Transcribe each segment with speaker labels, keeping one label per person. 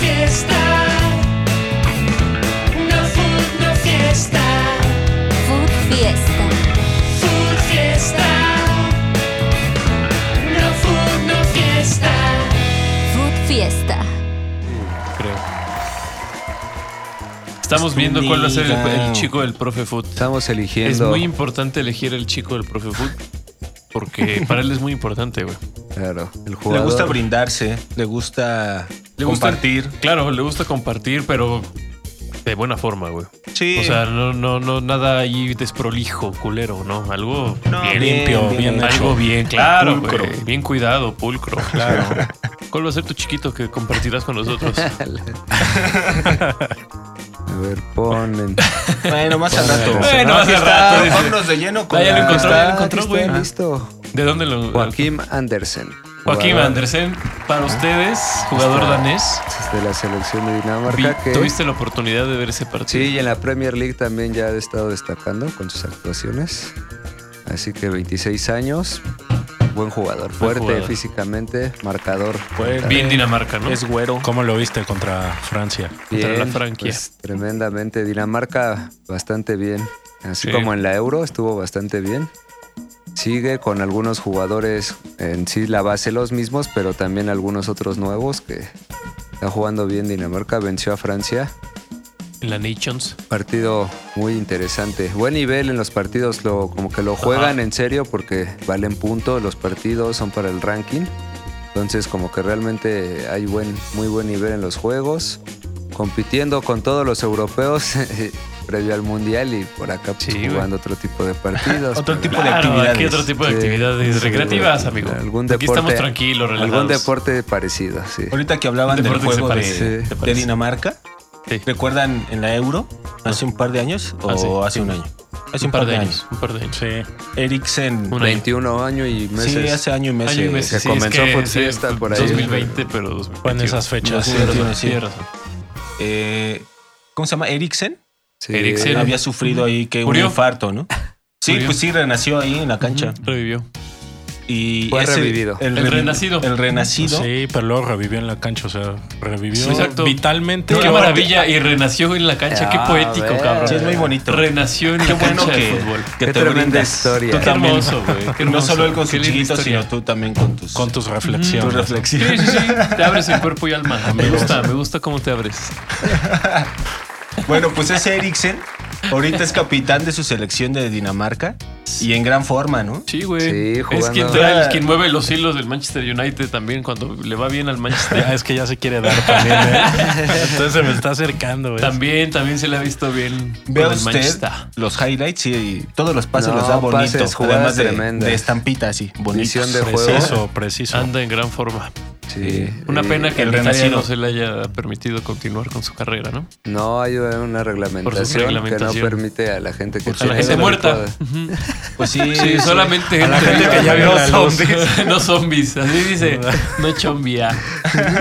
Speaker 1: fiesta. No food, no fiesta.
Speaker 2: Food Fiesta.
Speaker 1: Food fiesta. No food, no fiesta.
Speaker 2: Food Fiesta.
Speaker 3: creo. Estamos viendo cuál va a ser el, el chico del profe Food.
Speaker 4: Estamos
Speaker 3: Es
Speaker 4: eligiendo.
Speaker 3: muy importante elegir el chico del profe Food porque para él es muy importante, güey.
Speaker 4: Claro, el
Speaker 5: Le
Speaker 4: jugador.
Speaker 5: gusta brindarse, le gusta
Speaker 3: Le gusta-
Speaker 5: compartir.
Speaker 3: Claro, le gusta compartir, pero de buena forma, güey.
Speaker 5: Sí.
Speaker 3: O sea, no, no, no, nada ahí desprolijo, culero, ¿no? Algo
Speaker 5: No,
Speaker 3: bien,
Speaker 5: bien,
Speaker 3: limpio,
Speaker 5: bien hecho.
Speaker 3: algo bien, claro,
Speaker 5: Pulcro.
Speaker 3: güey. Bien cuidado, pulcro, claro. ¿Cuál va a ser tu chiquito que compartirás con nosotros?
Speaker 4: A ver, ponen.
Speaker 5: bueno, más al rato.
Speaker 3: Bueno,
Speaker 5: No,
Speaker 3: más
Speaker 5: aquí
Speaker 3: al
Speaker 5: está,
Speaker 3: rato, dice.
Speaker 5: vámonos de lleno con
Speaker 3: Ah, ya lo
Speaker 5: la-
Speaker 3: encontró, ya lo encontró,
Speaker 4: aquí
Speaker 3: güey.
Speaker 4: está, listo.
Speaker 3: ¿De dónde lo
Speaker 4: Joaquim Andersen.
Speaker 3: Joaquín
Speaker 4: jugador
Speaker 3: Andersen, para ustedes, jugador danés.
Speaker 4: De la selección de
Speaker 3: Vi-
Speaker 4: Dinamarca. que-
Speaker 3: ¿Tuviste la oportunidad de ver ese partido?
Speaker 4: Sí, y en la Premier League también ya ha estado destacando con sus actuaciones. Así que 26 años, buen jugador, fuerte
Speaker 3: jugador.
Speaker 4: físicamente, marcador.
Speaker 6: Buen-
Speaker 3: Bien Dinamarca, ¿no?
Speaker 6: Es güero. ¿Cómo lo viste contra Francia?
Speaker 3: contra la Franquia.
Speaker 4: pues, tremendamente. Dinamarca bastante bien. Así
Speaker 3: Sí.
Speaker 4: como en la Euro estuvo bastante bien. Sigue con algunos jugadores en sí la base los mismos, pero también algunos otros nuevos que está jugando bien Dinamarca. Venció a Francia.
Speaker 3: En la Nations.
Speaker 4: Partido muy interesante. Buen nivel en los partidos, lo, como que lo juegan en serio porque valen puntos, los partidos son para el ranking. Entonces como que realmente hay buen, muy buen nivel en los juegos, compitiendo con todos los europeos previo al mundial y por acá pues,
Speaker 3: Sí, güey.
Speaker 4: jugando otro tipo de partidos.
Speaker 5: Otro
Speaker 4: pero-
Speaker 5: tipo de
Speaker 3: Claro,
Speaker 5: actividades.
Speaker 3: aquí otro tipo de
Speaker 4: Sí,
Speaker 3: actividades
Speaker 4: sí,
Speaker 3: recreativas,
Speaker 4: güey.
Speaker 3: amigo.
Speaker 4: eh, Algún
Speaker 3: aquí estamos
Speaker 4: deporte-
Speaker 3: tranquilos, relajados.
Speaker 4: Algún deporte parecido, sí.
Speaker 5: Ahorita que hablaban del
Speaker 3: Deporte que se
Speaker 5: juego de,
Speaker 3: parece,
Speaker 5: de
Speaker 3: se parece.
Speaker 5: Dinamarca,
Speaker 3: Sí.
Speaker 5: ¿recuerdan en la Euro hace un par de años o
Speaker 3: Ah, sí.
Speaker 5: hace un año? Hace
Speaker 3: un par de años. Un par de años.
Speaker 6: Sí.
Speaker 5: Eriksen,
Speaker 3: Un año.
Speaker 4: 21 años y
Speaker 5: sí,
Speaker 4: meses.
Speaker 5: hace año y meses.
Speaker 3: Año y meses,
Speaker 4: se
Speaker 3: sí,
Speaker 4: comenzó
Speaker 3: es que,
Speaker 4: Food
Speaker 3: sí,
Speaker 4: Fiesta por ahí.
Speaker 3: 2020, pero 2021.
Speaker 6: Fue en esas fechas.
Speaker 5: Sí,
Speaker 3: Tienes razón,
Speaker 5: tienes, sí.
Speaker 3: tienes razón.
Speaker 5: Eh, ¿Cómo se llama? Eriksen.
Speaker 4: Sí.
Speaker 3: Eriksen.
Speaker 5: Había sufrido ahí que
Speaker 3: Murió.
Speaker 5: un infarto, ¿no? Sí,
Speaker 3: Murió.
Speaker 5: pues sí, renació ahí en la cancha.
Speaker 3: Revivió.
Speaker 5: Y
Speaker 4: Fue revivido.
Speaker 5: El,
Speaker 3: El
Speaker 5: revi-
Speaker 3: renacido.
Speaker 5: El renacido.
Speaker 6: Sí, pero luego revivió en la cancha, o sea, revivió
Speaker 3: Sí, exacto.
Speaker 6: vitalmente.
Speaker 3: Qué maravilla. Y renació en la cancha. Qué
Speaker 4: Ah,
Speaker 3: poético,
Speaker 4: ver.
Speaker 3: cabrón.
Speaker 5: Sí, es muy bonito.
Speaker 3: Renació en la
Speaker 5: Qué bueno
Speaker 3: cancha
Speaker 5: que,
Speaker 3: de fútbol.
Speaker 5: que
Speaker 4: Qué
Speaker 5: te
Speaker 4: tremenda
Speaker 5: brindas.
Speaker 4: historia.
Speaker 5: Tú
Speaker 3: Qué
Speaker 5: también.
Speaker 3: hermoso, güey. Qué
Speaker 5: No
Speaker 3: hermoso.
Speaker 5: solo él con
Speaker 3: Qué
Speaker 5: sus
Speaker 3: linda
Speaker 5: chiquitos,
Speaker 3: historia.
Speaker 5: sino tú también con tus,
Speaker 6: Con tus reflexiones.
Speaker 5: tus
Speaker 3: Sí,
Speaker 5: reflexiones.
Speaker 3: sí, sí. Te abres el cuerpo y alma. Me gusta, me gusta cómo te abres.
Speaker 5: Bueno, pues ese Eriksen ahorita es capitán de su selección de Dinamarca y en gran forma, ¿no?
Speaker 3: Sí, güey.
Speaker 4: Sí,
Speaker 3: es
Speaker 4: jugando-
Speaker 3: quien, trae- quien mueve los hilos del Manchester United también cuando le va bien al Manchester.
Speaker 6: Ah, es que ya se quiere dar también, ¿eh? Entonces se me está acercando, ¿eh? ¿ves?
Speaker 3: también, también se le ha visto bien
Speaker 5: Vea
Speaker 3: con el
Speaker 5: usted
Speaker 3: Manchester.
Speaker 5: los highlights y todos los pases
Speaker 4: No,
Speaker 5: los da bonito,
Speaker 4: pases, jugadas
Speaker 5: además de,
Speaker 4: tremendas.
Speaker 5: de estampita así, bonito.
Speaker 4: Visión de juego.
Speaker 6: Preciso, preciso.
Speaker 3: Anda en gran forma.
Speaker 4: Sí.
Speaker 3: Una
Speaker 4: Y-
Speaker 3: pena que
Speaker 5: el
Speaker 3: el Italia
Speaker 5: renacido.
Speaker 3: no se le haya permitido continuar con su carrera, ¿no?
Speaker 4: No hay una reglamentación, que
Speaker 3: reglamentación.
Speaker 4: no permite a la gente que
Speaker 3: A la
Speaker 4: tiene
Speaker 3: gente
Speaker 4: ese
Speaker 3: muerta.
Speaker 4: tipo
Speaker 3: Ujú.
Speaker 5: Pues sí,
Speaker 3: Sí, solamente
Speaker 6: A la gente que ya vio
Speaker 3: no
Speaker 6: la luz.
Speaker 3: zombies. no zombies. Así dice. No chombia.
Speaker 4: de- bueno,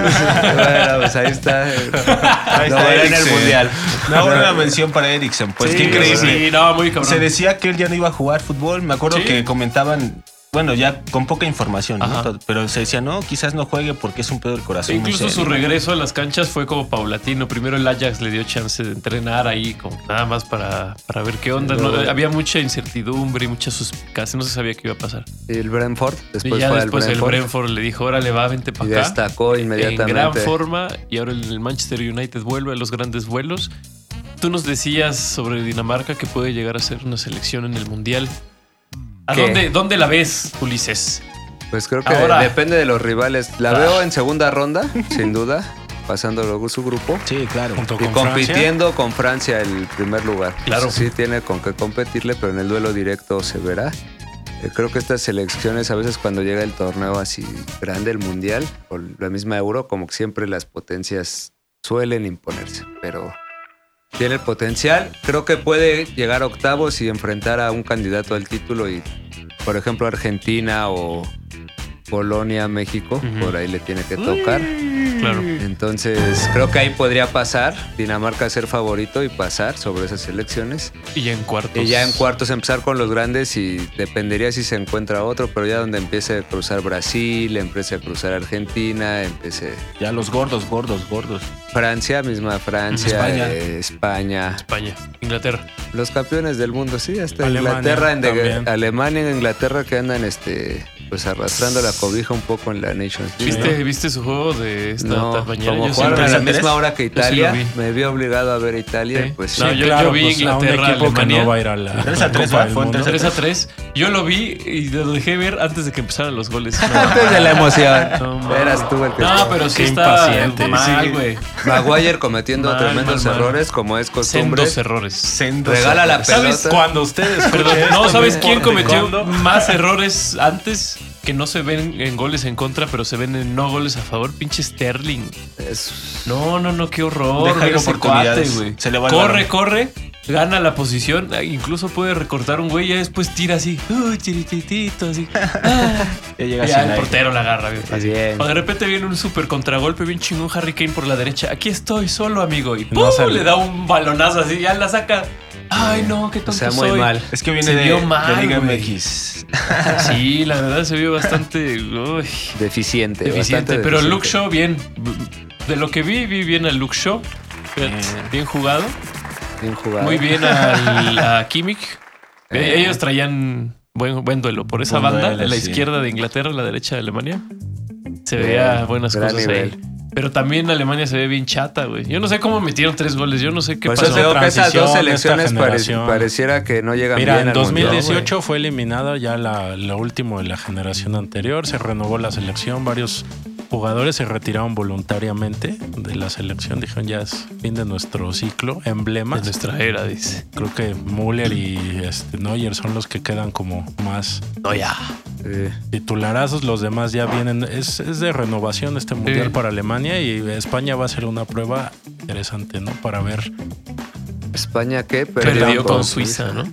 Speaker 4: pues ahí está.
Speaker 5: Ahí
Speaker 4: Lo
Speaker 5: está
Speaker 4: verá en el
Speaker 5: Eriksen.
Speaker 4: Mundial.
Speaker 5: No, una mención para Eriksen, pues
Speaker 3: Sí,
Speaker 5: qué increíble.
Speaker 3: Sí, no, muy cabrón.
Speaker 5: Se decía que él ya no iba a jugar fútbol. Me acuerdo
Speaker 3: Sí.
Speaker 5: que comentaban, bueno, ya con poca información, ¿no?
Speaker 3: Ajá. E
Speaker 5: Todo- pero se decía, no, quizás no juegue porque es un pedo del corazón.
Speaker 3: Incluso
Speaker 5: no sé.
Speaker 3: su regreso a las canchas fue como paulatino. Primero el Ajax le dio chance de entrenar ahí, como nada más para, para ver qué onda. ¿no? Había mucha incertidumbre y mucha suspicacia. No se sabía qué iba a pasar.
Speaker 4: Y el Brentford,
Speaker 3: y
Speaker 4: después
Speaker 3: ya
Speaker 4: fue al
Speaker 3: después
Speaker 4: Brentford.
Speaker 3: el Brentford le dijo, órale, va, vente para
Speaker 4: y
Speaker 3: acá.
Speaker 4: destacó inmediatamente.
Speaker 3: En gran forma. Y ahora el Manchester United vuelve a los grandes vuelos. Tú nos decías sobre Dinamarca que puede llegar a ser una selección en el Mundial. ¿A
Speaker 4: ¿Qué?
Speaker 3: dónde, dónde la ves, Ulises?
Speaker 4: Pues creo que
Speaker 3: Ahora-
Speaker 4: depende de los rivales. La
Speaker 3: Ah.
Speaker 4: veo en segunda ronda, sin duda, pasando luego su grupo.
Speaker 5: Sí, claro.
Speaker 6: Junto
Speaker 4: Y
Speaker 6: con Francia.
Speaker 4: compitiendo con Francia el primer lugar.
Speaker 3: Claro.
Speaker 4: Sí tiene con qué competirle, pero en el duelo directo se verá. Eh, Creo que estas selecciones a veces cuando llega el torneo así grande, el mundial, o la misma euro, como que siempre las potencias suelen imponerse, pero tiene el potencial. Creo que puede llegar a octavos y enfrentar a un candidato al título y, por ejemplo, Argentina o Polonia, México,
Speaker 3: Ujú.
Speaker 4: por ahí le tiene que tocar.
Speaker 3: Claro.
Speaker 4: Entonces, creo que ahí podría pasar Dinamarca ser favorito y pasar sobre esas elecciones.
Speaker 3: Y ya en cuartos.
Speaker 4: Y ya en cuartos empezar con los grandes y dependería si se encuentra otro, pero ya donde empiece a cruzar Brasil, empiece a cruzar Argentina, empiece
Speaker 5: Ya los gordos, gordos, gordos.
Speaker 4: Francia, misma Francia,
Speaker 5: España.
Speaker 4: eh, España.
Speaker 3: España, Inglaterra.
Speaker 4: Los campeones del mundo, sí, hasta
Speaker 6: Alemania
Speaker 4: Inglaterra, en de-
Speaker 6: también.
Speaker 4: Alemania e Inglaterra que andan este pues arrastrando la cobija un poco en la Nations League.
Speaker 3: ¿Viste, ¿Viste su juego de esta
Speaker 4: No,
Speaker 3: mañana?
Speaker 4: como
Speaker 3: Yo
Speaker 4: jugaron
Speaker 3: siempre-
Speaker 4: a la
Speaker 5: ¿Tres a
Speaker 4: misma
Speaker 5: tres?
Speaker 4: hora que
Speaker 3: lo
Speaker 4: Italia,
Speaker 3: vi.
Speaker 4: me vi obligado a ver a Italia,
Speaker 3: Sí.
Speaker 4: pues sí.
Speaker 3: No, yo- yo vi Inglaterra,
Speaker 6: a un equipo
Speaker 3: Alemania.
Speaker 6: que no va a ir a la.
Speaker 5: Tres a tres,
Speaker 6: Copa
Speaker 5: ¿va?
Speaker 6: del
Speaker 5: Fue en
Speaker 6: Mundo.
Speaker 5: tres
Speaker 3: 3 a 3. Yo lo vi y lo dejé ver antes de que empezaran los goles. No,
Speaker 4: Antes de la emoción.
Speaker 3: No,
Speaker 4: Eras tú el que
Speaker 3: no, pero sí
Speaker 6: Qué
Speaker 3: está
Speaker 6: impaciente,
Speaker 3: mal,
Speaker 6: sí.
Speaker 3: güey.
Speaker 4: Maguire cometiendo
Speaker 3: Mal,
Speaker 4: tremendos
Speaker 3: mal, mal.
Speaker 4: errores, como es costumbre.
Speaker 3: Sendos errores.
Speaker 5: Sendos.
Speaker 4: Regala la
Speaker 6: ¿Sabes
Speaker 4: pelota.
Speaker 6: cuando ustedes?
Speaker 3: Perdón,
Speaker 6: escuchen
Speaker 3: no,
Speaker 6: esto,
Speaker 3: ¿sabes
Speaker 6: no
Speaker 3: quién
Speaker 6: importa
Speaker 3: cometió
Speaker 6: cuándo?
Speaker 3: más errores antes que no se ven en goles en contra, pero se ven en no goles a favor? Pinche Sterling.
Speaker 4: Es-
Speaker 3: No, no, no, qué horror.
Speaker 5: Deja
Speaker 3: ver
Speaker 5: ir
Speaker 3: ese
Speaker 5: oportunidades.
Speaker 3: cuate, güey.
Speaker 5: Se le va el
Speaker 3: corre,
Speaker 5: balón.
Speaker 3: corre, gana la posición, eh, incluso puede recortar un güey y ya después tira así. Uy, chirititito, así. Ah,
Speaker 5: Ya llega
Speaker 3: ya
Speaker 5: sin
Speaker 3: el
Speaker 5: aire.
Speaker 3: portero la agarra bien fácil.
Speaker 4: bien.
Speaker 3: O de repente viene un super contragolpe, bien chingón Harry Kane por la derecha. Aquí estoy solo, amigo. Y
Speaker 6: No
Speaker 3: ¡pum!
Speaker 6: sale.
Speaker 3: le da un balonazo así, ya la saca. Ay, no, qué tonto
Speaker 4: sea, muy
Speaker 3: soy.
Speaker 4: mal.
Speaker 5: Es que viene
Speaker 3: Se
Speaker 5: de,
Speaker 3: vio
Speaker 5: de
Speaker 3: mal,
Speaker 5: Liga
Speaker 3: güey.
Speaker 5: MX.
Speaker 3: Sí, la verdad se vio bastante uy,
Speaker 4: Deficiente.
Speaker 3: deficiente.
Speaker 4: bastante
Speaker 3: Pero
Speaker 4: deficiente.
Speaker 3: Luke Shaw, bien. De lo que vi, vi bien al Luke Shaw.
Speaker 5: Eh.
Speaker 3: Bien jugado.
Speaker 4: Bien jugado.
Speaker 3: Muy bien al, a Kimmich. Eh, Ellos traían buen, buen duelo por esa
Speaker 5: Buen
Speaker 3: banda,
Speaker 5: duelo,
Speaker 3: la
Speaker 5: sí.
Speaker 3: izquierda de Inglaterra, la derecha de Alemania. Se veía buenas
Speaker 4: gran
Speaker 3: cosas
Speaker 4: nivel.
Speaker 3: ahí. Pero también Alemania se ve bien chata, güey. Yo no sé cómo metieron tres goles, yo no sé qué
Speaker 4: Por eso
Speaker 3: pasó.
Speaker 4: te digo que esas dos
Speaker 6: Transición,
Speaker 4: selecciones
Speaker 6: esta
Speaker 4: pare-
Speaker 6: generación.
Speaker 4: pareciera que no llegan
Speaker 6: Mira,
Speaker 4: bien
Speaker 6: en
Speaker 4: al Mundial,
Speaker 6: 2018 fue eliminada ya la, lo último de la generación anterior, se renovó la selección, varios jugadores se retiraron voluntariamente de la selección, dijeron ya es fin de nuestro ciclo,
Speaker 3: De
Speaker 6: emblemas.
Speaker 3: nuestra era, dice.
Speaker 6: Creo que Müller y este, Neuer son los que quedan como más
Speaker 3: No, ya.
Speaker 4: güey. Sí.
Speaker 6: titularazos, los demás ya vienen, es, es de renovación este mundial
Speaker 3: Sí.
Speaker 6: para Alemania y España va a ser una prueba interesante, ¿no? Para ver
Speaker 4: España que perdió
Speaker 3: Perdió con Suiza, ¿no?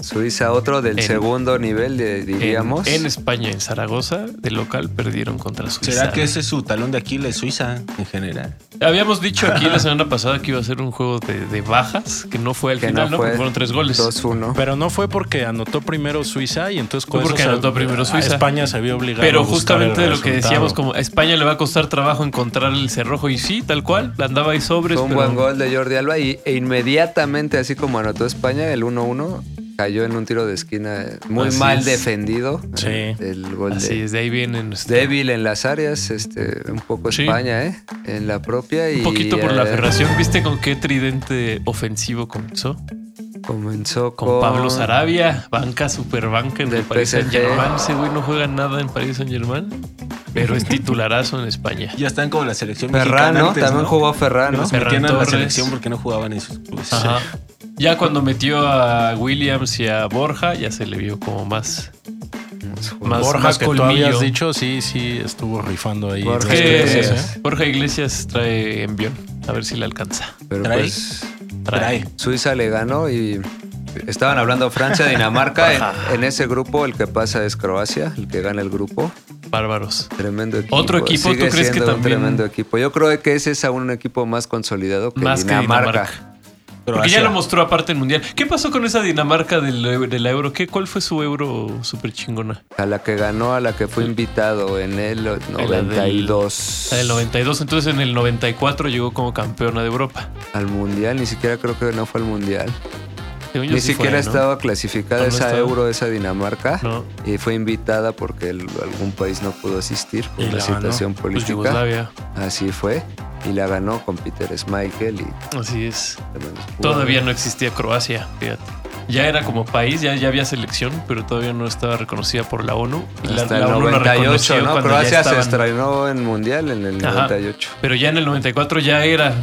Speaker 4: Suiza, otro del
Speaker 3: En-
Speaker 4: segundo nivel, de-
Speaker 3: En-
Speaker 4: diríamos.
Speaker 3: En, España, en Zaragoza, de local, perdieron contra Suiza.
Speaker 5: ¿Será que ese es su talón de Aquiles, Suiza, en general?
Speaker 3: Habíamos dicho aquí la semana pasada que iba a ser un juego de, de bajas, que no fue al
Speaker 4: que
Speaker 3: final, ¿no?
Speaker 4: no fue
Speaker 3: Porque fueron tres goles.
Speaker 4: 2-1.
Speaker 6: Pero no fue porque anotó primero Suiza y entonces
Speaker 3: Fue
Speaker 6: con eso
Speaker 3: porque
Speaker 6: se-
Speaker 3: anotó primero
Speaker 6: a
Speaker 3: Suiza.
Speaker 6: España se vio obligada. a
Speaker 3: Pero
Speaker 6: buscar el
Speaker 3: justamente de lo que
Speaker 6: resultado.
Speaker 3: decíamos, como a España le va a costar trabajo encontrar el cerrojo, y sí, tal cual, andaba ahí sobres.
Speaker 4: Fue un
Speaker 3: pero-
Speaker 4: buen gol de Jordi Alba y, e inmediatamente, así como anotó España, el 1-1 cayó en un tiro de esquina muy
Speaker 3: Así
Speaker 4: mal
Speaker 3: es.
Speaker 4: defendido.
Speaker 6: Sí.
Speaker 4: eh, El gol
Speaker 3: Así
Speaker 4: de,
Speaker 3: es, de ahí viene nuestro-
Speaker 4: débil en las áreas, este, un poco
Speaker 3: Sí.
Speaker 4: España, ¿eh? En la propia y
Speaker 3: Un poquito por la
Speaker 4: eh,
Speaker 3: aferración. ¿Viste con qué tridente ofensivo comenzó?
Speaker 4: Comenzó
Speaker 3: Con Pablo Sarabia, banca super banca en
Speaker 4: Del
Speaker 3: el Paris
Speaker 4: PSG.
Speaker 3: Saint Germain. Ese güey no juega nada en Paris Saint Germain, pero es titularazo en España.
Speaker 5: Ya están como la selección
Speaker 4: Ferran,
Speaker 5: mexicana
Speaker 4: ¿no?
Speaker 5: antes,
Speaker 4: También
Speaker 5: ¿no?
Speaker 4: jugó Ferran,
Speaker 5: No
Speaker 4: ¿no?
Speaker 5: los metían
Speaker 3: Ferran
Speaker 5: a la
Speaker 3: Torres.
Speaker 5: selección porque no jugaban en sus clubes.
Speaker 3: Ajá. Ya cuando metió a Williams y a Borja, ya se le vio como más. Más,
Speaker 6: Borja,
Speaker 3: más
Speaker 6: que tú
Speaker 3: colmillo.
Speaker 6: habías dicho, sí, sí, estuvo rifando ahí.
Speaker 4: Borja
Speaker 6: dos,
Speaker 3: Que
Speaker 6: tres
Speaker 4: Iglesias,
Speaker 6: veces, ¿eh?
Speaker 3: Borja Iglesias trae envión. A ver si le alcanza.
Speaker 4: Pero
Speaker 5: Trae.
Speaker 4: pues,
Speaker 5: Trae.
Speaker 4: Suiza le ganó y estaban hablando Francia, Dinamarca. en, en ese grupo el que pasa es Croacia, el que gana el grupo.
Speaker 3: Bárbaros.
Speaker 4: Tremendo equipo.
Speaker 3: ¿Otro equipo
Speaker 4: Sigue
Speaker 3: tú crees que
Speaker 4: siendo un
Speaker 3: también-
Speaker 4: Tremendo equipo. Yo creo que ese es aún un equipo más consolidado que
Speaker 3: Más que
Speaker 4: Dinamarca.
Speaker 3: Dinamarca. Porque ya lo mostró aparte en Mundial. ¿Qué pasó con esa Dinamarca del, de la Euro? ¿Qué, ¿Cuál fue su Euro súper chingona?
Speaker 4: a la que ganó, a la que fue invitado en el
Speaker 3: del-
Speaker 4: 92.
Speaker 3: La del 92. Entonces en el 94 llegó como campeona de Europa.
Speaker 4: Al mundial, ni siquiera creo que no fue al mundial.
Speaker 3: Según yo
Speaker 4: Ni
Speaker 3: sí fue,
Speaker 4: siquiera
Speaker 3: ¿no?
Speaker 4: estaba clasificada
Speaker 3: No, no
Speaker 4: esa
Speaker 3: estaba.
Speaker 4: euro, esa Dinamarca.
Speaker 3: No.
Speaker 4: Y fue invitada porque el- algún país no pudo asistir por
Speaker 6: Y
Speaker 4: la
Speaker 6: la ganó.
Speaker 4: situación
Speaker 3: Pues
Speaker 4: política.
Speaker 3: Yugoslavia.
Speaker 4: Así fue. Y la ganó con Peter Schmeichel y
Speaker 3: Así es.
Speaker 4: tremendos
Speaker 3: Todavía
Speaker 4: jugadores.
Speaker 3: no existía Croacia, fíjate. Ya era como país, ya, ya había selección, pero todavía no estaba reconocida por la ONU. Y la-
Speaker 4: Hasta
Speaker 3: la,
Speaker 4: el
Speaker 3: ONU la
Speaker 4: 98,
Speaker 3: reconoció
Speaker 4: ¿no?
Speaker 3: cuando ya
Speaker 4: Croacia
Speaker 3: estaban-
Speaker 4: se estrenó en mundial en el
Speaker 3: Ajá.
Speaker 4: 98.
Speaker 3: Pero ya en el 94 ya era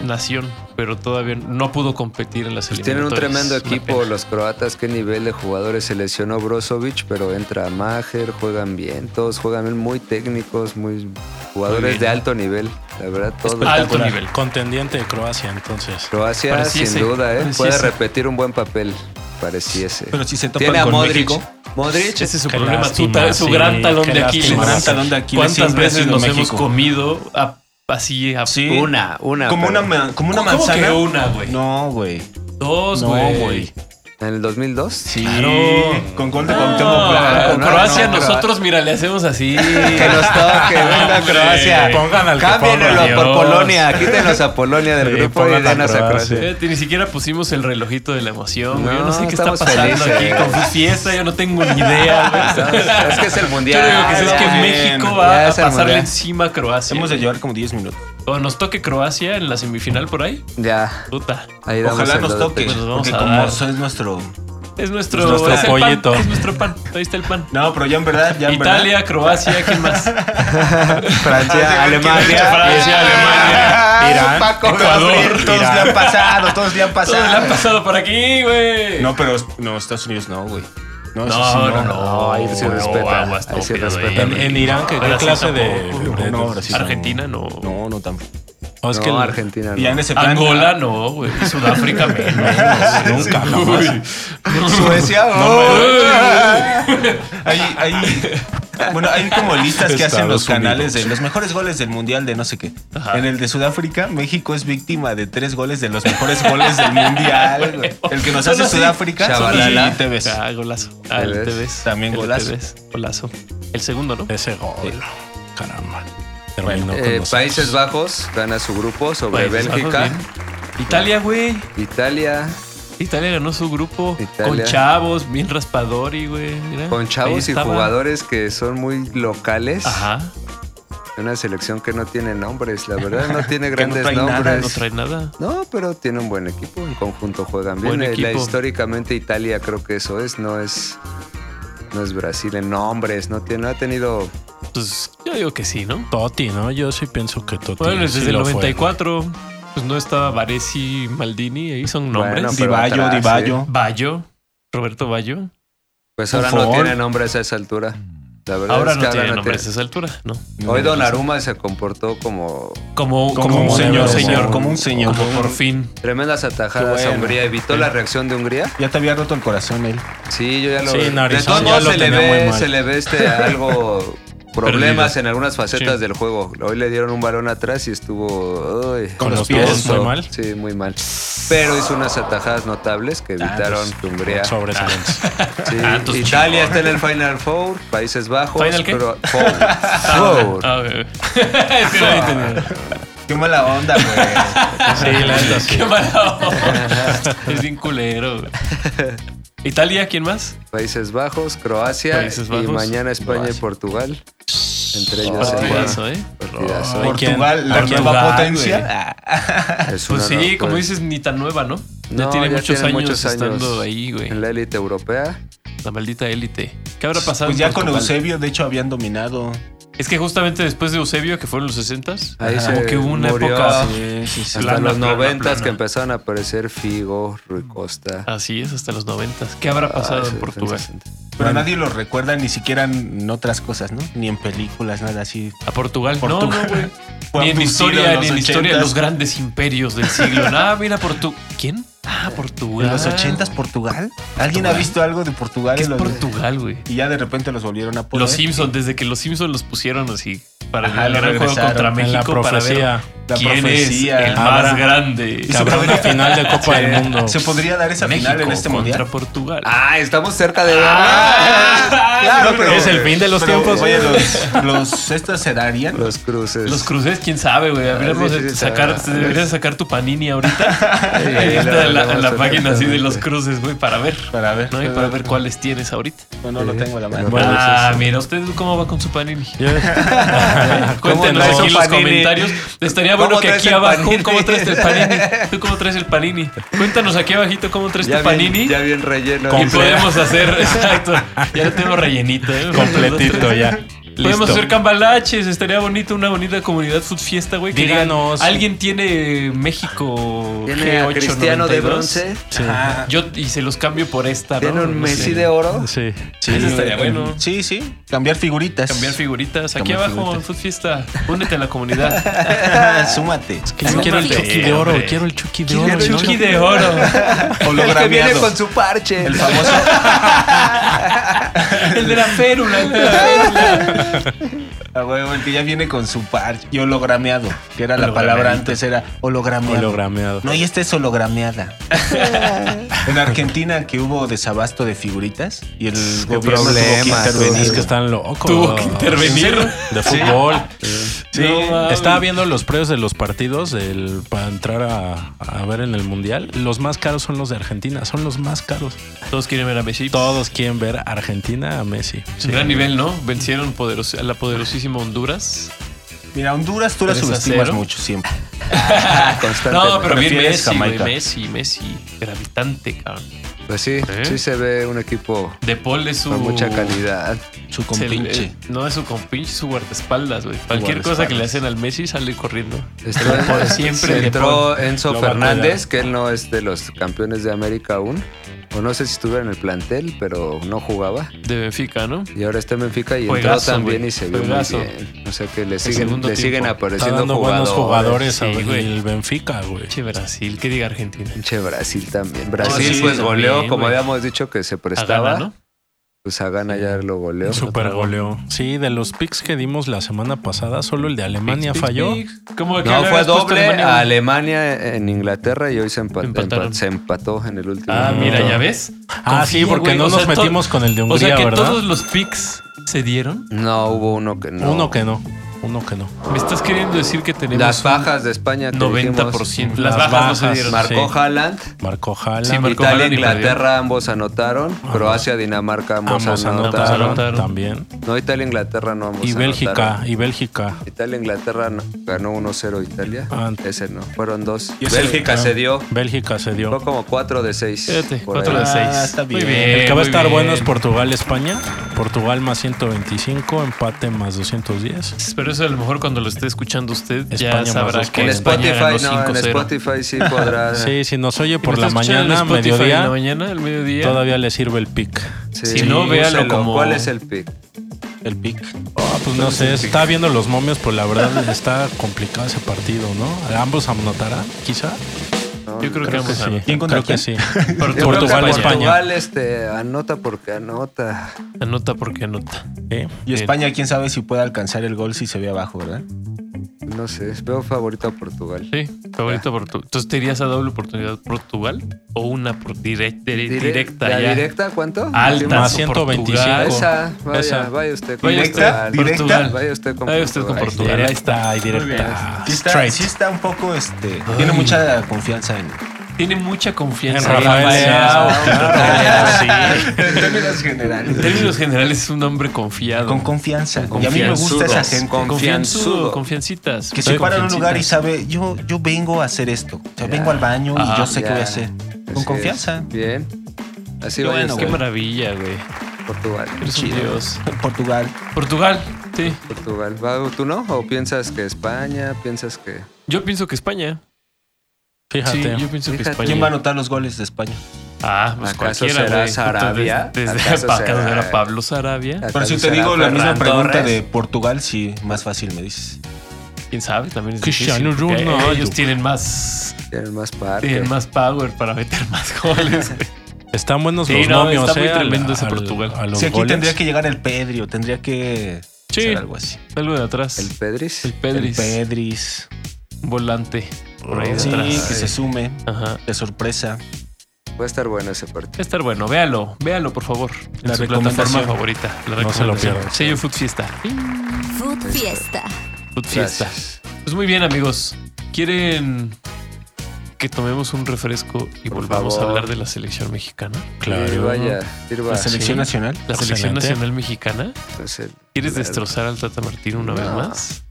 Speaker 3: nación, pero todavía no pudo competir en las
Speaker 4: Pues tienen un
Speaker 3: eliminatorias.
Speaker 4: tremendo
Speaker 3: Una pena.
Speaker 4: equipo los croatas, qué nivel de jugadores se lesionó Brozovic, pero entra Majer, juegan bien, todos juegan bien, muy técnicos, muy
Speaker 3: Muy
Speaker 4: jugadores
Speaker 3: bien.
Speaker 4: de alto nivel, la verdad
Speaker 3: Espectacular.
Speaker 4: todos.
Speaker 3: Alto
Speaker 6: Espectacular.
Speaker 3: nivel.
Speaker 6: Contendiente de Croacia, entonces.
Speaker 4: Croacia
Speaker 3: Pareciese,
Speaker 4: sin duda, ¿eh? puede
Speaker 3: pareciese.
Speaker 4: repetir un buen papel, pareciese.
Speaker 5: Pero si se topan
Speaker 4: Tiene a
Speaker 5: con
Speaker 4: Modric.
Speaker 5: México.
Speaker 4: Modric,
Speaker 3: Ese es su
Speaker 6: Qué
Speaker 3: problema, su
Speaker 6: lástima,
Speaker 3: ta- su
Speaker 6: sí,
Speaker 3: gran talón
Speaker 6: qué
Speaker 3: de
Speaker 6: lástima.
Speaker 3: Aquiles.
Speaker 5: Su gran talón de Aquiles
Speaker 3: ¿Cuántas
Speaker 5: siempre ha
Speaker 3: veces
Speaker 5: sido
Speaker 3: nos
Speaker 5: México.
Speaker 3: hemos comido a así a
Speaker 5: Sí.
Speaker 4: Una, una.
Speaker 5: Como una,
Speaker 4: pero
Speaker 5: ma- como una
Speaker 3: ¿Cómo que
Speaker 5: manzana.
Speaker 3: una, güey?
Speaker 5: No, güey.
Speaker 3: dos,
Speaker 5: No,
Speaker 3: güey.
Speaker 5: güey.
Speaker 4: En el 2002.
Speaker 5: Sí.
Speaker 3: Claro.
Speaker 5: Con gol de
Speaker 3: No,
Speaker 5: Cuauhtémoc Blanco.
Speaker 3: con
Speaker 4: no,
Speaker 3: Croacia
Speaker 4: no,
Speaker 3: nosotros, mira, le hacemos así.
Speaker 4: Que nos toque, venga
Speaker 3: Hombre.
Speaker 4: Croacia.
Speaker 6: Pongan al que
Speaker 4: Cámbienlo
Speaker 3: pongan,
Speaker 4: por
Speaker 3: Dios.
Speaker 4: Polonia. Quítenos a Polonia del
Speaker 6: Sí,
Speaker 4: grupo y
Speaker 6: pongan a
Speaker 4: denos a
Speaker 6: Croacia.
Speaker 4: Croacia.
Speaker 3: Eh, ni siquiera pusimos el relojito de la emoción, güey. Yo no
Speaker 4: No,
Speaker 3: sé qué está
Speaker 4: estamos
Speaker 3: pasando
Speaker 4: felices.
Speaker 3: aquí con su fiesta, yo no tengo ni idea. güey.
Speaker 4: Es que es el mundial.
Speaker 3: Yo lo único que sé es que
Speaker 5: bien.
Speaker 3: México va
Speaker 4: Ya
Speaker 3: a
Speaker 4: es el
Speaker 3: pasarle
Speaker 4: mundial.
Speaker 3: encima a Croacia.
Speaker 5: Hemos de
Speaker 3: güey.
Speaker 5: llevar como 10 minutos.
Speaker 3: Cuando nos toque Croacia en la semifinal por ahí,
Speaker 4: Ya.
Speaker 3: puta.
Speaker 4: Ahí damos
Speaker 5: Ojalá
Speaker 4: el
Speaker 5: nos
Speaker 4: do-
Speaker 5: toque.
Speaker 3: pues nos vamos
Speaker 5: Porque
Speaker 3: a
Speaker 5: como
Speaker 3: dar.
Speaker 5: eso es nuestro.
Speaker 3: Es nuestro,
Speaker 6: Es nuestro
Speaker 3: es el pan,
Speaker 6: pollito.
Speaker 3: es nuestro pan. Ahí está el pan.
Speaker 5: No, pero ya en verdad, ya en
Speaker 3: Italia, Croacia, ¿quién más?
Speaker 4: Francia, Alemania.
Speaker 3: Francia, Alemania.
Speaker 5: Irán,
Speaker 3: Ecuador,
Speaker 5: verdad. Todos le han pasado, todos le han
Speaker 3: Todos le han
Speaker 5: pasado.
Speaker 3: pasado por aquí, güey.
Speaker 5: No, pero no, Estados Unidos no, güey. No, eso sí,
Speaker 3: No, no, no,
Speaker 4: ahí sí
Speaker 3: no,
Speaker 4: respeta,
Speaker 3: aguas,
Speaker 4: ahí
Speaker 3: no,
Speaker 4: sí
Speaker 3: cuidado
Speaker 4: respeta.
Speaker 6: En, en Irán, ¿qué, qué
Speaker 3: Ahora sí
Speaker 6: clase de,
Speaker 3: tampoco.
Speaker 6: de-
Speaker 5: No, ahora sí.
Speaker 3: Argentina no.
Speaker 5: No, no tampoco.
Speaker 6: No, es que
Speaker 4: No,
Speaker 6: el-
Speaker 4: Argentina.
Speaker 5: Y ya en
Speaker 4: no.
Speaker 5: ese plan.
Speaker 3: Angola no, güey. Sudáfrica menos.
Speaker 6: nunca, jamás.
Speaker 3: Uy.
Speaker 5: Suecia,
Speaker 4: Oh.
Speaker 5: oh. hay, hay- bueno, hay como listas que hacen los
Speaker 6: Estados
Speaker 5: canales
Speaker 6: Unidos.
Speaker 5: de los mejores goles del mundial de no sé qué.
Speaker 3: Ajá.
Speaker 5: En el de Sudáfrica, México es víctima de tres goles de los mejores goles del mundial. güey. el que nos
Speaker 3: Son
Speaker 5: hace
Speaker 3: así.
Speaker 5: Sudáfrica
Speaker 4: Chabalala.
Speaker 5: y Tevez.
Speaker 3: Ah, golazo. Ah, el
Speaker 4: Tevez.
Speaker 3: Tevez.
Speaker 5: También
Speaker 3: El
Speaker 5: golazo.
Speaker 3: Tevez, Golazo. El segundo, ¿no?
Speaker 6: Ese gol. Caramba. Terminó con
Speaker 4: Eh,
Speaker 6: nosotros.
Speaker 4: Países Bajos gana su grupo sobre
Speaker 3: Países
Speaker 4: Bélgica,
Speaker 3: Bajos, bien. Italia, güey.
Speaker 4: Italia,
Speaker 3: Italia ganó su grupo
Speaker 4: Italia.
Speaker 3: con chavos, bien raspadori, güey. mira.
Speaker 4: con
Speaker 3: Eh, Ahí
Speaker 4: chavos y
Speaker 3: estaba.
Speaker 4: jugadores que son muy locales.
Speaker 3: Ajá.
Speaker 4: Una selección que no tiene nombres, la verdad, no tiene grandes
Speaker 5: trae nada,
Speaker 4: nombres.
Speaker 3: No trae nada.
Speaker 4: No, pero tiene un buen equipo, en conjunto juegan bien.
Speaker 3: Buen
Speaker 4: Eh, la-
Speaker 3: equipo.
Speaker 4: históricamente Italia creo que eso es, no es no es Brasil en nombres, no tiene no ha tenido
Speaker 3: Pues yo digo que sí, ¿no?
Speaker 6: Toti, ¿no? Yo sí pienso que Toti.
Speaker 3: Bueno,
Speaker 6: sí
Speaker 3: desde el
Speaker 6: lo fue.
Speaker 3: 94, pues no estaba Varese y Maldini, ahí son nombres.
Speaker 4: Bueno, pero
Speaker 5: Diballo,
Speaker 4: atrás,
Speaker 5: Diballo.
Speaker 3: Bayo, Roberto Bayo.
Speaker 4: pues ahora no
Speaker 5: Buffon.
Speaker 4: tiene nombres a esa altura. La verdad
Speaker 3: Ahora
Speaker 4: es que
Speaker 3: no
Speaker 4: ahora
Speaker 3: tiene
Speaker 4: no
Speaker 3: nombres a
Speaker 4: tiene.
Speaker 3: esa altura, ¿no?
Speaker 4: Hoy Donnarumma se comportó como
Speaker 3: Como,
Speaker 5: Como
Speaker 3: como
Speaker 5: un
Speaker 3: un
Speaker 5: señor,
Speaker 3: señor, señor.
Speaker 5: como un señor.
Speaker 3: Como por fin.
Speaker 4: tremendas atajadas a
Speaker 5: Bueno.
Speaker 4: Hungría, evitó la reacción de Hungría.
Speaker 5: Ya te había roto el corazón él.
Speaker 4: Sí, yo ya lo
Speaker 6: Sí, en
Speaker 4: De
Speaker 6: Arizona
Speaker 4: todos
Speaker 6: ya
Speaker 4: modos
Speaker 6: lo
Speaker 4: se le
Speaker 6: tenía muy
Speaker 4: ve
Speaker 6: mal.
Speaker 4: se le ve este algo problemas
Speaker 3: Perdido.
Speaker 4: en algunas facetas
Speaker 3: Sí.
Speaker 4: del juego. Hoy le dieron un balón atrás y estuvo ay,
Speaker 6: Con los
Speaker 5: los pies,
Speaker 6: pies, muy mal.
Speaker 4: Sí, muy mal. Pero hizo unas atajadas notables que evitaron que Hungría.
Speaker 6: Sobresalientes.
Speaker 4: Sí.
Speaker 3: Ah, entonces
Speaker 4: Italia está en el Final Four, Países Bajos.
Speaker 3: ¿Final qué?
Speaker 4: Cro- Four. Four.
Speaker 3: Ah, güey. Es que no había entendido.
Speaker 5: Qué mala onda, güey.
Speaker 6: Sí, la neta sí.
Speaker 3: Qué mala onda. Es bien culero. güey. Italia, ¿quién más?
Speaker 4: Países Bajos, Croacia
Speaker 3: Países
Speaker 4: y
Speaker 3: Bajos.
Speaker 4: mañana España y
Speaker 5: Croacia.
Speaker 4: Portugal. Entre ellos.
Speaker 3: Partidazo, Oh, ¿eh?
Speaker 4: Partidazo.
Speaker 6: Ay, ¿quién?
Speaker 5: Portugal, la
Speaker 6: Portugal,
Speaker 5: nueva
Speaker 3: güey.
Speaker 5: potencia. Ah,
Speaker 4: Es
Speaker 3: Pues
Speaker 4: una
Speaker 3: sí, como
Speaker 4: locura.
Speaker 3: dices, ni tan nueva, ¿no? Ya
Speaker 4: No,
Speaker 3: tiene muchos
Speaker 4: tienen
Speaker 3: años
Speaker 4: muchos años
Speaker 3: estando ahí, güey.
Speaker 4: En la élite europea.
Speaker 3: La maldita élite. ¿Qué habrá pasado?
Speaker 5: Pues
Speaker 3: en
Speaker 5: ya con
Speaker 3: Portugal?
Speaker 5: Eusebio, de hecho, habían dominado.
Speaker 3: Es que justamente después de Eusebio, que fueron los 60
Speaker 4: Ahí
Speaker 5: Ajá.
Speaker 4: se
Speaker 3: Como que hubo una
Speaker 4: murió
Speaker 3: época-
Speaker 5: Sí, sí, sí.
Speaker 4: Hasta
Speaker 3: plana,
Speaker 4: los
Speaker 3: plana,
Speaker 4: noventas
Speaker 3: plana.
Speaker 4: que empezaron a aparecer Figo, Rui Costa.
Speaker 3: Así es, hasta los 90. ¿Qué habrá
Speaker 4: Ah,
Speaker 3: pasado
Speaker 4: sí,
Speaker 3: en Portugal?
Speaker 5: Pero nadie los recuerda ni siquiera en otras cosas, ¿no? Ni en películas, nada así.
Speaker 3: ¿A Portugal? No,
Speaker 5: Portugal.
Speaker 3: no, güey.
Speaker 5: Fue
Speaker 3: Ni en
Speaker 5: abducido
Speaker 3: historia,
Speaker 5: en
Speaker 3: ni en
Speaker 5: los
Speaker 3: historia de
Speaker 5: 80s.
Speaker 3: los grandes imperios del siglo. Nada, mira, Portu... ¿Quién? Ah, Portugal.
Speaker 5: ¿En los ochentas Portugal? ¿Alguien ha visto algo de Portugal?
Speaker 3: ¿Qué es
Speaker 5: en los-
Speaker 3: Portugal, güey?
Speaker 5: Y ya de repente los volvieron a poner.
Speaker 3: Los Simpsons, desde que los Simpsons los pusieron así para
Speaker 5: Ajá,
Speaker 3: el
Speaker 5: lo
Speaker 3: gran juego
Speaker 5: regresaron
Speaker 3: contra
Speaker 5: en
Speaker 6: En la
Speaker 3: México para ver
Speaker 6: profecía.
Speaker 5: La
Speaker 3: quién es
Speaker 5: profecía.
Speaker 3: el
Speaker 6: Habrá-
Speaker 3: más grande.
Speaker 6: Que habrá una final de Copa del Mundo.
Speaker 5: ¿Se podría dar esa final en
Speaker 3: México
Speaker 5: este
Speaker 3: contra
Speaker 5: mundial?
Speaker 3: Portugal. Ah,
Speaker 4: Ah, estamos cerca de.
Speaker 5: Claro, pero-
Speaker 6: Es el fin de los
Speaker 5: pero,
Speaker 6: tiempos.
Speaker 5: Oye, los, los estas se darían.
Speaker 4: Los cruces.
Speaker 3: Los cruces, quién sabe, güey. Habríamos
Speaker 4: Ah, sí,
Speaker 3: de
Speaker 4: sí,
Speaker 3: sacar,
Speaker 4: sabe.
Speaker 3: deberías sacar tu panini ahorita.
Speaker 4: Sí,
Speaker 3: Ahí
Speaker 4: lo
Speaker 3: está en la,
Speaker 4: hablamos
Speaker 3: en la página así de los
Speaker 4: perfectamente.
Speaker 3: cruces, güey, para ver.
Speaker 5: Para ver.
Speaker 3: ¿no? Y para ver cuáles tienes ahorita.
Speaker 5: No, no lo tengo a la mano.
Speaker 6: Bueno,
Speaker 3: ah, mira, ¿usted cómo va con su panini?
Speaker 6: Yo-
Speaker 3: Cuéntenos
Speaker 4: traes
Speaker 3: aquí en
Speaker 4: un
Speaker 3: los
Speaker 4: panini?
Speaker 3: comentarios. Estaría bueno
Speaker 4: ¿Cómo
Speaker 3: que
Speaker 4: traes
Speaker 3: aquí
Speaker 4: el
Speaker 3: abajo,
Speaker 4: panini?
Speaker 3: ¿cómo traes el panini? ¿Tú cómo traes el panini? Cuéntanos aquí abajito cómo traes
Speaker 4: Ya
Speaker 3: tu
Speaker 4: bien-
Speaker 3: panini.
Speaker 4: ya bien relleno.
Speaker 3: y podemos hacer, exacto. Ya lo tengo rellenito, ¿eh?
Speaker 6: Completito ya.
Speaker 3: Podemos
Speaker 6: Listo.
Speaker 3: hacer cambalaches, estaría bonito, una bonita comunidad food fiesta, güey. que digan,
Speaker 6: Díganos.
Speaker 3: Alguien tiene México
Speaker 4: Tiene a
Speaker 3: G8,
Speaker 4: Cristiano de
Speaker 3: 92?
Speaker 4: bronce.
Speaker 6: Sí.
Speaker 5: Ah,
Speaker 3: Yo y se los cambio por esta, ¿no?
Speaker 4: Tiene un
Speaker 3: No sé.
Speaker 4: Messi de oro.
Speaker 6: Sí.
Speaker 5: sí,
Speaker 3: Eso estaría bueno.
Speaker 5: Sí, sí. Cambiar figuritas.
Speaker 3: Cambiar figuritas. Aquí
Speaker 5: Cambiar
Speaker 3: abajo,
Speaker 5: figuritas.
Speaker 3: Food Fiesta. Únete a la comunidad.
Speaker 5: figuritas. Súmate.
Speaker 6: Que yo quiero el
Speaker 2: Súmate,
Speaker 6: Chucky de oro.
Speaker 3: hombre.
Speaker 6: Quiero el Chucky de
Speaker 4: Quiero
Speaker 6: oro.
Speaker 4: el
Speaker 6: ¿no?
Speaker 3: Chucky de oro.
Speaker 4: El que viene
Speaker 5: Hologrameado.
Speaker 4: con su parche.
Speaker 5: El famoso.
Speaker 3: El de la férula, el de la férula.
Speaker 5: A huevo, el que ya viene con su parche. Y hologrameado, que era la palabra
Speaker 6: Hologrameadito.
Speaker 5: antes, era hologrameado.
Speaker 6: Hologrameado.
Speaker 5: No, y esta es hologrameada. en Argentina que hubo desabasto de figuritas y el
Speaker 4: Qué
Speaker 5: gobierno tuvo que
Speaker 4: problema,
Speaker 5: intervenir.
Speaker 6: Es que están locos.
Speaker 3: Tuvo que intervenir.
Speaker 6: De fútbol.
Speaker 3: Sí. No mames.
Speaker 6: Estaba viendo los precios de los partidos del- para entrar a, a ver en el mundial. Los más caros son los de Argentina. Son los más caros.
Speaker 3: Todos quieren ver a Messi.
Speaker 6: Todos quieren ver a Argentina a Messi. Sí.
Speaker 3: Gran nivel, ¿no? Vencieron poderos- a la poderosísima Honduras.
Speaker 5: Mira, Honduras tú la
Speaker 3: 3 a
Speaker 5: subestimas
Speaker 3: 0.
Speaker 5: mucho siempre.
Speaker 4: Constantemente.
Speaker 3: No, pero bien
Speaker 5: Prefieres
Speaker 3: Messi, güey,
Speaker 5: Jamaica.
Speaker 3: Messi, Messi, gravitante, cabrón.
Speaker 4: Pues sí,
Speaker 3: ¿Eh?
Speaker 4: sí se ve un equipo
Speaker 3: De Paul es su
Speaker 4: con mucha calidad.
Speaker 5: Su
Speaker 3: se-
Speaker 5: compinche.
Speaker 3: eh, no es su compinche, su guardaespaldas, güey. Cualquier cosa que le hacen al Messi sale corriendo.
Speaker 4: Está-
Speaker 3: Por siempre
Speaker 4: se
Speaker 3: de
Speaker 4: entró
Speaker 3: Paul.
Speaker 4: Enzo
Speaker 6: Lo va a
Speaker 4: Fernández, que él no es de los campeones de América aún. O no sé si estuviera en el plantel, pero no jugaba.
Speaker 3: De Benfica, ¿no?
Speaker 4: Y ahora está en Benfica y
Speaker 3: Juegazo,
Speaker 4: entró también
Speaker 3: güey.
Speaker 4: y se vio
Speaker 3: Juegazo.
Speaker 4: muy bien. O sea que le siguen,
Speaker 3: segundo
Speaker 4: le siguen
Speaker 3: tiempo.
Speaker 6: Está
Speaker 4: apareciendo
Speaker 6: dando buenos
Speaker 4: jugadores.
Speaker 6: jugadores a
Speaker 3: Sí, güey.
Speaker 6: el Benfica, güey.
Speaker 3: Che, Brasil, que diga Argentina.
Speaker 4: Pinche Brasil también. Brasil
Speaker 3: sí,
Speaker 4: pues
Speaker 3: también,
Speaker 4: goleó, como
Speaker 3: güey.
Speaker 4: habíamos dicho que se
Speaker 3: A
Speaker 4: prestaba.
Speaker 3: Ghana, ¿no?
Speaker 4: Pues a Gana ya lo goleó.
Speaker 6: Super goleo. Sí, de los picks que dimos la semana pasada, solo el de
Speaker 3: Pix,
Speaker 6: Alemania
Speaker 3: pix,
Speaker 6: falló.
Speaker 3: pix. ¿Cómo que
Speaker 4: No,
Speaker 3: le
Speaker 4: fue
Speaker 3: habías puesto
Speaker 4: doble
Speaker 3: Alemania?
Speaker 4: a Alemania en Inglaterra y hoy se, empa-
Speaker 3: Empataron.
Speaker 4: empa- se empató en el último.
Speaker 3: Ah,
Speaker 4: minuto.
Speaker 3: mira, ya ves.
Speaker 6: Ah, sí, porque
Speaker 3: güey,
Speaker 6: no
Speaker 3: o
Speaker 6: nos
Speaker 3: sea, to-
Speaker 6: metimos con el de
Speaker 3: O
Speaker 6: Hungría,
Speaker 3: sea que
Speaker 6: ¿verdad?
Speaker 3: todos los picks se dieron.
Speaker 4: No, hubo uno que no.
Speaker 6: Uno que no, uno que no.
Speaker 3: Me estás queriendo decir que tenemos
Speaker 4: Las bajas de España. que
Speaker 3: 90%.
Speaker 4: dijimos,
Speaker 3: Las
Speaker 6: Las
Speaker 3: bajas, no se
Speaker 6: bajas,
Speaker 3: dieron.
Speaker 6: Mar-
Speaker 4: Marcó
Speaker 6: Sí.
Speaker 4: Haaland.
Speaker 6: Marcó Haaland.
Speaker 3: Sí, Marcó
Speaker 4: Italia, e
Speaker 3: Haaland y
Speaker 4: Inglaterra, ambos anotaron. Croacia, Dinamarca, ambos,
Speaker 6: Ambos
Speaker 4: anotaron.
Speaker 6: anotaron,
Speaker 3: anotaron.
Speaker 6: también.
Speaker 4: No, Italia, e Inglaterra, no ambos
Speaker 6: Y Bélgica,
Speaker 4: anotaron.
Speaker 6: y Bélgica.
Speaker 4: Italia, e Inglaterra no- ganó 1-0 Italia.
Speaker 6: Ah.
Speaker 4: Ese no. Fueron dos.
Speaker 5: Y ese-
Speaker 4: Bélgica se dio.
Speaker 6: Bélgica se dio.
Speaker 4: Fue como 4 de 6.
Speaker 3: Fíjate, 4 de
Speaker 5: Ah,
Speaker 3: 6.
Speaker 5: está bien.
Speaker 3: Eh,
Speaker 6: El que va a estar bueno es
Speaker 3: por.
Speaker 6: Portugal-España. Portugal más 125, empate más 210.
Speaker 3: Pero eso a lo mejor cuando lo esté escuchando usted ya
Speaker 6: España más
Speaker 3: sabrá
Speaker 6: dos
Speaker 3: que
Speaker 4: En
Speaker 3: España ganó
Speaker 4: Spotify, no, en
Speaker 3: 5-0.
Speaker 4: Spotify sí podrá.
Speaker 6: Sí, si nos oye
Speaker 3: Si
Speaker 6: por
Speaker 3: me
Speaker 6: la
Speaker 3: está escuchando en
Speaker 6: mañana,
Speaker 3: Spotify en
Speaker 6: mediodía,
Speaker 3: la mañana, al mediodía.
Speaker 6: todavía le sirve el pick.
Speaker 4: Sí,
Speaker 3: Si no, véalo
Speaker 4: úselo.
Speaker 3: como-
Speaker 4: ¿Cuál es el pick?
Speaker 5: El pic.
Speaker 6: Ah, pues no sé, está viendo los momios, pero la verdad está complicado ese partido, ¿no? Ambos anotarán, quizá.
Speaker 3: Yo creo, que
Speaker 6: Creo que
Speaker 3: vamos a
Speaker 6: sí.
Speaker 5: ¿Quién contra
Speaker 6: Creo que sí.
Speaker 5: quién?
Speaker 4: Yo creo que
Speaker 6: Portugal, España.
Speaker 4: Portugal este, anota porque anota.
Speaker 3: Anota porque anota.
Speaker 6: Sí.
Speaker 5: Y España, quién sabe si puede alcanzar el gol si se ve abajo, ¿verdad?
Speaker 4: No sé, veo favorito a Portugal.
Speaker 3: Sí, favorito Portugal. Entonces te irías a doble oportunidad Portugal o una por direct- dire-
Speaker 4: Dire-
Speaker 3: directa
Speaker 4: ¿La
Speaker 3: ya.
Speaker 4: directa cuánto?
Speaker 3: Alta.
Speaker 6: Más
Speaker 3: Portugal.
Speaker 6: 125.
Speaker 4: Ah, Esa, vaya,
Speaker 6: Esa.
Speaker 4: vaya usted con
Speaker 3: Vaya
Speaker 5: ¿Directa?
Speaker 4: Portugal.
Speaker 5: ¿Directa?
Speaker 3: Portugal.
Speaker 4: Vaya usted con
Speaker 3: Vaya usted con
Speaker 4: Portugal.
Speaker 3: Portugal.
Speaker 6: Ahí está, ahí
Speaker 3: Muy bien.
Speaker 6: directa.
Speaker 5: Sí está,
Speaker 6: Straight.
Speaker 5: sí está un poco, este, tiene mucha confianza en
Speaker 3: Tiene mucha
Speaker 6: En
Speaker 3: confianza.
Speaker 6: Rafael Leao, claro. Sí.
Speaker 5: en términos
Speaker 3: En
Speaker 5: generales.
Speaker 3: términos generales es un hombre confiado.
Speaker 5: Con confianza. Y a mí me gusta esa gente.
Speaker 3: Confianzudo, confiancitas.
Speaker 5: Que
Speaker 3: Soy
Speaker 5: se para en un lugar y
Speaker 3: confiancitas.
Speaker 5: sabe, yo, yo vengo a hacer esto. O sea,
Speaker 4: Ya.
Speaker 5: vengo al baño
Speaker 3: Ajá,
Speaker 5: y yo sé qué
Speaker 4: ya.
Speaker 5: voy a hacer.
Speaker 4: Así
Speaker 5: Con
Speaker 4: es.
Speaker 5: confianza.
Speaker 4: Bien. Así
Speaker 5: Qué
Speaker 4: vaya
Speaker 5: bueno,
Speaker 3: Qué
Speaker 4: usted.
Speaker 5: güey.
Speaker 3: maravilla, güey.
Speaker 4: Portugal.
Speaker 3: Eres un
Speaker 5: Chido.
Speaker 3: dios.
Speaker 5: Portugal.
Speaker 3: Portugal, sí.
Speaker 4: Portugal. Va, ¿Tú no? ¿O piensas que España? ¿Piensas que.?
Speaker 3: Yo pienso que España. Sí,
Speaker 6: Fíjate.
Speaker 3: yo pienso que
Speaker 4: Fíjate.
Speaker 3: España.
Speaker 5: ¿Quién va a anotar los goles de España?
Speaker 3: Ah, pues
Speaker 4: ¿Acaso
Speaker 3: cualquiera,
Speaker 4: será
Speaker 3: güey.
Speaker 4: Sarabia?
Speaker 3: Entonces, Desde,
Speaker 4: ¿Acaso
Speaker 3: pa- acaso
Speaker 4: será-
Speaker 3: era Pablo Sarabia.
Speaker 5: Pero si te
Speaker 4: ¿Será
Speaker 5: digo la misma
Speaker 4: Ferran
Speaker 5: pregunta
Speaker 4: Torres?
Speaker 5: de Portugal, sí, más fácil me dices.
Speaker 3: ¿Quién sabe? También es
Speaker 6: Cristiano
Speaker 3: difícil, porque
Speaker 6: Ronaldo.
Speaker 3: Ellos tienen más,
Speaker 4: Tienen más parte.
Speaker 3: tienen más power para meter más goles.
Speaker 6: Están buenos
Speaker 3: Sí,
Speaker 6: los
Speaker 3: no,
Speaker 6: momios,
Speaker 3: está muy
Speaker 6: eh, al-
Speaker 3: tremendo ese
Speaker 6: al-
Speaker 3: Portugal.
Speaker 6: A los
Speaker 5: Si aquí
Speaker 6: goles.
Speaker 5: tendría que llegar el Pedri o tendría que
Speaker 3: Sí.
Speaker 5: hacer algo así.
Speaker 3: Algo de atrás.
Speaker 4: El
Speaker 3: El,
Speaker 4: Pedris.
Speaker 3: Pedris.
Speaker 5: El Pedris.
Speaker 3: Volante. Por ahí
Speaker 5: Sí, que
Speaker 3: detrás.
Speaker 5: se sume
Speaker 3: Ajá.
Speaker 5: de sorpresa.
Speaker 4: Puede estar bueno ese partido.
Speaker 3: Va a estar bueno, véalo, véalo por favor. En
Speaker 5: La
Speaker 3: su plataforma
Speaker 5: recomendación.
Speaker 3: favorita. La
Speaker 6: No se lo
Speaker 3: recomendación.
Speaker 6: pierdan.
Speaker 3: Sello Food Fiesta.
Speaker 2: Food Fiesta.
Speaker 3: Food Fiesta.
Speaker 4: Gracias.
Speaker 3: Pues muy bien, amigos. ¿Quieren que tomemos un refresco y
Speaker 4: Por
Speaker 3: volvamos
Speaker 4: favor.
Speaker 3: a hablar de la selección mexicana?
Speaker 4: Sí,
Speaker 6: Claro.
Speaker 4: vaya, sirva.
Speaker 5: La selección
Speaker 3: Ah, sí.
Speaker 5: nacional.
Speaker 3: La selección
Speaker 6: Excelente.
Speaker 3: nacional mexicana.
Speaker 4: Pues el-
Speaker 3: ¿Quieres
Speaker 4: claro.
Speaker 3: destrozar al Tata Martín una vez
Speaker 4: No.
Speaker 3: más?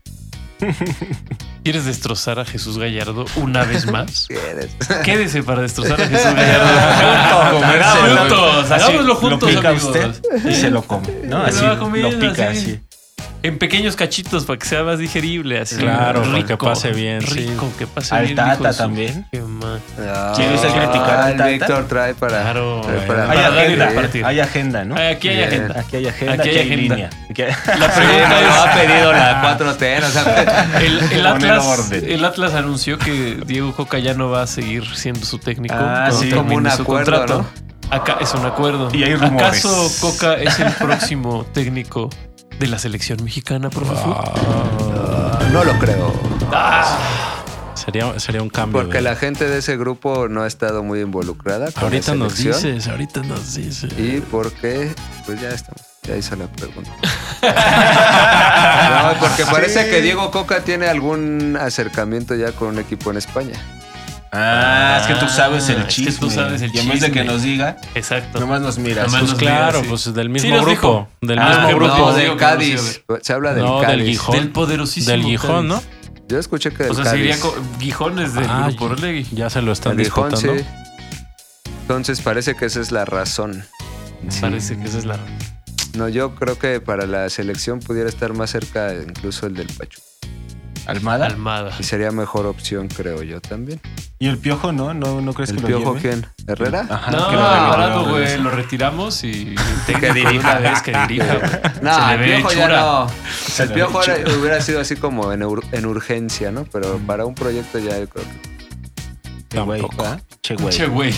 Speaker 3: ¿Quieres destrozar a Jesús Gallardo una vez más?
Speaker 4: ¿Quieres?
Speaker 3: Quédese para destrozar a Jesús Gallardo.
Speaker 5: Comérselo.
Speaker 3: juntos, hagámoslo juntos,
Speaker 5: Lo pica
Speaker 3: amigos.
Speaker 5: usted y se lo come. ¿no?
Speaker 3: Se lo
Speaker 5: Así,
Speaker 3: va comiendo,
Speaker 5: lo pica
Speaker 3: así.
Speaker 5: así.
Speaker 3: En pequeños cachitos para que sea más digerible, así.
Speaker 6: Claro, para que pase bien, sí.
Speaker 3: Rico, que pase
Speaker 5: Al
Speaker 3: bien. hijo
Speaker 5: Tata
Speaker 3: de su-
Speaker 5: también.
Speaker 3: Qué mal.
Speaker 4: No, Ah,
Speaker 5: ¿Quieres el criticar al
Speaker 4: el
Speaker 5: Tata?
Speaker 4: Víctor trae para.
Speaker 3: Claro,
Speaker 4: trae
Speaker 3: güey.
Speaker 4: para-
Speaker 5: Hay
Speaker 3: Para darle
Speaker 5: agenda, ¿eh?
Speaker 3: la partida.
Speaker 5: hay agenda, ¿no?
Speaker 3: Ay, Aquí hay
Speaker 4: Bien.
Speaker 3: agenda.
Speaker 5: Aquí hay agenda,
Speaker 3: Aquí
Speaker 5: aquí
Speaker 3: hay
Speaker 5: hay,
Speaker 3: agenda.
Speaker 5: línea. Aquí hay-
Speaker 3: La
Speaker 4: Sí,
Speaker 3: pregunta
Speaker 4: me lo ha
Speaker 3: es...
Speaker 4: pedido la 4T. no, o sea,
Speaker 3: El, el
Speaker 5: Poner
Speaker 3: Atlas,
Speaker 5: orden.
Speaker 3: el Atlas anunció que Diego Coca ya no va a seguir siendo su técnico.
Speaker 5: Ah,
Speaker 3: cuando
Speaker 5: sí.
Speaker 3: termine
Speaker 4: Como un
Speaker 3: su
Speaker 4: acuerdo,
Speaker 3: contrato. Acá es un acuerdo.
Speaker 5: Y hay rumores.
Speaker 3: ¿Acaso Coca es el próximo técnico de la selección mexicana, profe?
Speaker 6: Ah,
Speaker 3: Fu?
Speaker 4: No lo creo.
Speaker 6: Sería, sería un cambio.
Speaker 4: Porque
Speaker 6: de-
Speaker 4: la gente de ese grupo no ha estado muy involucrada. Con
Speaker 6: Ahorita
Speaker 4: la
Speaker 6: nos
Speaker 4: selección.
Speaker 6: dices, ahorita nos dices.
Speaker 4: Y porque, pues ya estamos. Ya hizo la pregunta. No, porque parece que Diego Coca tiene algún acercamiento ya con un equipo en España.
Speaker 5: Ah, es que tú sabes
Speaker 3: Ah,
Speaker 5: el
Speaker 3: es que
Speaker 5: chisme.
Speaker 3: tú sabes el
Speaker 5: Y en vez de
Speaker 3: chisme.
Speaker 5: que nos diga,
Speaker 3: Exacto.
Speaker 5: nomás nos miras.
Speaker 3: Nomás
Speaker 6: Pues
Speaker 3: nos
Speaker 6: claro,
Speaker 3: digas, sí.
Speaker 6: pues del
Speaker 3: Sí
Speaker 6: mismo
Speaker 3: nos
Speaker 6: grupo.
Speaker 3: dijo.
Speaker 6: Del
Speaker 5: Ah,
Speaker 6: mismo
Speaker 5: no,
Speaker 6: grupo.
Speaker 4: No,
Speaker 3: de-
Speaker 4: del Cádiz. Se habla del
Speaker 6: No, del
Speaker 4: Cádiz.
Speaker 6: Gijón.
Speaker 3: Del poderosísimo.
Speaker 6: Del Gijón, ¿no?
Speaker 4: Yo escuché que del
Speaker 3: O sea,
Speaker 4: Cádiz.
Speaker 3: sería Guijones del
Speaker 6: Ah,
Speaker 3: grupo Orlegui.
Speaker 6: Ya se lo están
Speaker 4: Del Gijón,
Speaker 6: disputando.
Speaker 4: sí. Entonces parece que esa es la razón.
Speaker 3: Parece que esa es la.
Speaker 4: No, yo creo que para la selección pudiera estar más cerca incluso el del Pachuca.
Speaker 5: Almada.
Speaker 3: Almada.
Speaker 4: Y sería mejor opción, creo yo también.
Speaker 5: Y el piojo, ¿no? ¿No, no crees
Speaker 4: ¿El
Speaker 5: que lo
Speaker 4: piojo
Speaker 5: lleve? Ah.
Speaker 4: quién? ¿Herrera?
Speaker 5: Ajá,
Speaker 3: No,
Speaker 5: que lo lleve, Este
Speaker 3: parado,
Speaker 5: lo
Speaker 3: güey.
Speaker 5: lleve.
Speaker 3: Lo retiramos y que dirija una vez que dirija. güey.
Speaker 4: No,
Speaker 3: Se le
Speaker 4: el
Speaker 3: ve
Speaker 4: piojo ya
Speaker 3: hechura.
Speaker 4: no.
Speaker 5: Se
Speaker 4: El
Speaker 5: le
Speaker 4: piojo
Speaker 5: ve
Speaker 4: era-
Speaker 5: chido.
Speaker 4: hubiera sido así como en, ur- en urgencia, ¿no? Pero para un proyecto ya yo creo que-
Speaker 5: Che, güey,
Speaker 6: Tampoco.
Speaker 5: ¿ah? Che, güey.
Speaker 3: Che, güey.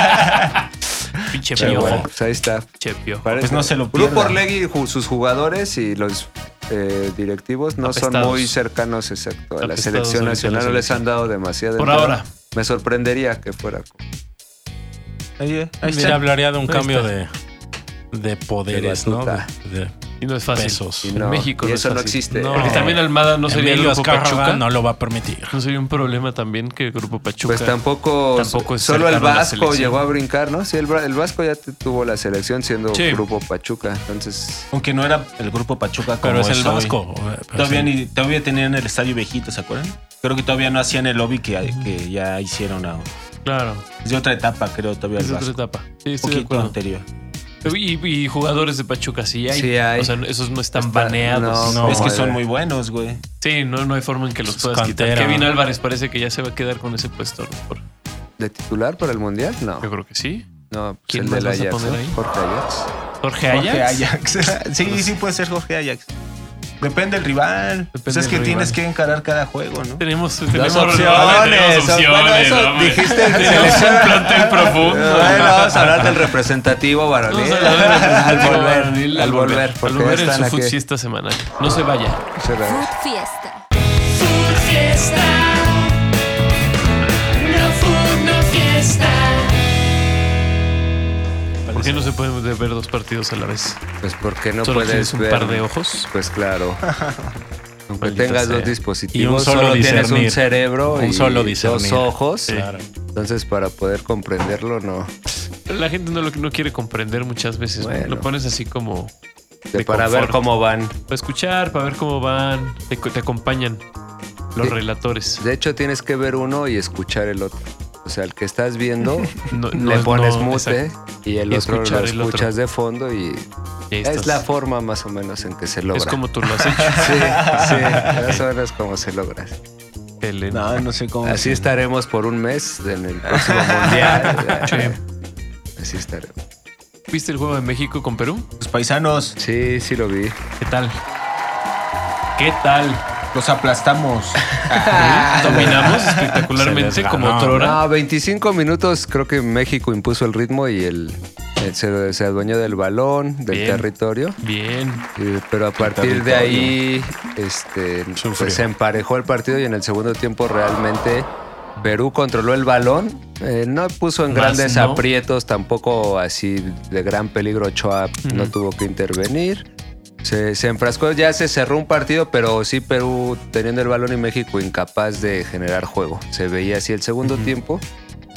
Speaker 3: Pinche
Speaker 4: Pero
Speaker 3: piojo.
Speaker 4: bueno, pues ahí está.
Speaker 3: Che, piojo.
Speaker 4: Parece-
Speaker 5: Pues no se lo
Speaker 4: Grupo
Speaker 5: pierda.
Speaker 4: Orlegui, ju- sus jugadores y los eh, directivos no son
Speaker 3: Apestados.
Speaker 4: muy cercanos, exacto, a la
Speaker 3: Apestados ahorita a
Speaker 4: selección
Speaker 3: la
Speaker 4: nacional. No les
Speaker 3: selección.
Speaker 4: han dado demasiado.
Speaker 3: Por
Speaker 4: entrada.
Speaker 3: ahora.
Speaker 4: Me sorprendería que fuera. como-
Speaker 5: Ahí, eh, ahí
Speaker 6: Se
Speaker 5: está.
Speaker 6: hablaría de un
Speaker 5: Ahí
Speaker 6: cambio
Speaker 5: está.
Speaker 6: de, de poderes,
Speaker 4: De
Speaker 6: ¿no?
Speaker 4: batuta.
Speaker 6: De, de
Speaker 3: Y no es fácil.
Speaker 6: pesos.
Speaker 4: Y
Speaker 3: En
Speaker 4: no,
Speaker 3: México
Speaker 4: y
Speaker 3: no es
Speaker 4: eso no
Speaker 3: fácil.
Speaker 4: existe.
Speaker 6: No.
Speaker 3: Porque también Almada no sería el
Speaker 6: Emilio
Speaker 3: grupo
Speaker 6: Azcárraga
Speaker 3: Pachuca.
Speaker 6: no lo va a permitir.
Speaker 3: No sería un problema también que el grupo Pachuca.
Speaker 4: Pues tampoco,
Speaker 3: Tampoco es
Speaker 4: solo el
Speaker 3: cercano a la
Speaker 4: Vasco
Speaker 3: selección.
Speaker 4: llegó a brincar, ¿no? Sí, el, Bra- el Vasco ya te- tuvo la selección siendo
Speaker 3: Sí.
Speaker 4: grupo Pachuca, entonces
Speaker 5: Aunque no era el grupo Pachuca como
Speaker 6: Pero es el
Speaker 5: hoy.
Speaker 6: Vasco.
Speaker 5: Todavía, ni, todavía tenían el estadio viejito, ¿se acuerdan? Creo que todavía no hacían el lobby que, que ya hicieron ahora.
Speaker 3: Claro.
Speaker 5: Es de otra etapa, creo, todavía el
Speaker 3: Es otra
Speaker 5: Vasco.
Speaker 3: etapa. Sí, estoy
Speaker 5: Un
Speaker 3: de
Speaker 5: poquito
Speaker 3: acuerdo.
Speaker 5: anterior.
Speaker 3: Y, y jugadores de Pachuca sí hay.
Speaker 4: Sí hay.
Speaker 3: O sea, no- esos no están
Speaker 4: Está-
Speaker 3: baneados.
Speaker 4: No,
Speaker 5: es que
Speaker 4: madre.
Speaker 5: son muy buenos, güey.
Speaker 3: Sí, no, no hay forma en que los
Speaker 6: Sus
Speaker 3: puedas
Speaker 6: cantera.
Speaker 3: quitar. Kevin Álvarez parece que ya se va a quedar con ese puesto. ¿no? Por-
Speaker 4: de titular para el Mundial, no.
Speaker 3: Yo creo que sí.
Speaker 4: No, pues
Speaker 3: ¿Quién
Speaker 4: el
Speaker 3: más
Speaker 4: del
Speaker 3: vas a
Speaker 4: Ajax,
Speaker 3: poner
Speaker 4: ¿no?
Speaker 3: ahí?
Speaker 4: Jorge Ajax.
Speaker 3: Jorge Ayas.
Speaker 5: Jorge Ajax. sí, sí puede ser Jorge Ajax. Depende del rival.
Speaker 3: Depende
Speaker 5: Pues es
Speaker 3: del
Speaker 5: que
Speaker 3: rival.
Speaker 5: tienes que encarar cada juego, ¿no?
Speaker 3: Tenemos, tenemos
Speaker 4: opciones,
Speaker 3: tenemos
Speaker 4: bueno,
Speaker 3: opciones,
Speaker 4: eso
Speaker 3: hombre.
Speaker 4: dijiste en
Speaker 3: Tenemos
Speaker 4: selección.
Speaker 3: un plantel profundo.
Speaker 4: Bueno, vamos a hablar del representativo varonil.
Speaker 3: Vamos a hablar
Speaker 4: al
Speaker 3: del representativo varonil,
Speaker 4: volver, al volver,
Speaker 3: Al
Speaker 4: porque ya
Speaker 3: volver en su
Speaker 4: están
Speaker 3: food
Speaker 4: aquí.
Speaker 3: fiesta semanal. No se vaya.
Speaker 4: Se
Speaker 2: Food
Speaker 4: ve.
Speaker 2: Fiesta.
Speaker 1: Food Fiesta. No food, no fiesta.
Speaker 3: ¿Por qué no se pueden ver dos partidos a la vez?
Speaker 4: Pues porque no
Speaker 3: Solo
Speaker 4: puedes
Speaker 3: tienes un
Speaker 4: ver?
Speaker 3: par de ojos.
Speaker 4: Pues claro. Aunque
Speaker 3: Maldita
Speaker 4: tengas
Speaker 3: sea.
Speaker 4: dos dispositivos,
Speaker 6: Y un solo
Speaker 4: tienes un
Speaker 6: discernir.
Speaker 4: cerebro
Speaker 6: Un
Speaker 4: y
Speaker 6: solo
Speaker 4: dos
Speaker 6: discernir.
Speaker 4: ojos.
Speaker 6: Claro.
Speaker 4: Entonces, para poder comprenderlo, no.
Speaker 3: La gente no lo no quiere comprender muchas veces.
Speaker 4: Bueno.
Speaker 3: Lo pones así como
Speaker 4: De
Speaker 3: De
Speaker 4: para ver
Speaker 3: confort.
Speaker 4: cómo van.
Speaker 3: para escuchar, para ver cómo van. Te, te acompañan los
Speaker 4: Sí.
Speaker 3: relatores.
Speaker 4: De hecho, tienes que ver uno y escuchar el otro. O sea, el que estás viendo
Speaker 3: No-
Speaker 4: le
Speaker 3: no-
Speaker 4: pones
Speaker 3: no,
Speaker 4: mute
Speaker 3: exacto.
Speaker 4: y el
Speaker 3: Y
Speaker 4: otro
Speaker 3: escuchar
Speaker 4: lo
Speaker 3: el otro.
Speaker 4: escuchas de fondo y
Speaker 3: Ya
Speaker 4: es
Speaker 3: estás.
Speaker 4: la forma más o menos en que se logra.
Speaker 3: Es como tú lo has hecho.
Speaker 4: Sí, sí, más o menos como se logra.
Speaker 3: Excelente.
Speaker 5: No, no sé cómo.
Speaker 4: Así estaremos por un mes en el próximo mundial. Así estaremos.
Speaker 3: ¿Viste el juego de México con Perú?
Speaker 5: Los paisanos
Speaker 4: Sí, sí lo vi.
Speaker 3: ¿Qué tal? ¿Qué tal?
Speaker 5: los aplastamos.
Speaker 4: Ah.
Speaker 3: Dominamos
Speaker 6: Se
Speaker 3: espectacularmente
Speaker 6: les
Speaker 3: como
Speaker 6: ganó.
Speaker 3: otra hora.
Speaker 4: No, 25 Ah, minutos creo que México impuso el ritmo y el, el- se, se adueñó del balón, del
Speaker 3: Bien.
Speaker 4: territorio.
Speaker 3: Bien.
Speaker 4: Y- Pero a partir de
Speaker 5: territorio.
Speaker 4: ahí este,
Speaker 6: Sufrió.
Speaker 4: pues, se emparejó el partido y en el segundo tiempo realmente Perú controló el balón. Eh, no puso en
Speaker 3: Más
Speaker 4: grandes
Speaker 3: no.
Speaker 4: aprietos, tampoco así de gran peligro. Ochoa no
Speaker 3: Ujú.
Speaker 4: tuvo que intervenir. Se, se enfrascó, ya se cerró un partido, pero sí Perú teniendo el balón y México incapaz de generar juego. Se veía así el segundo tiempo,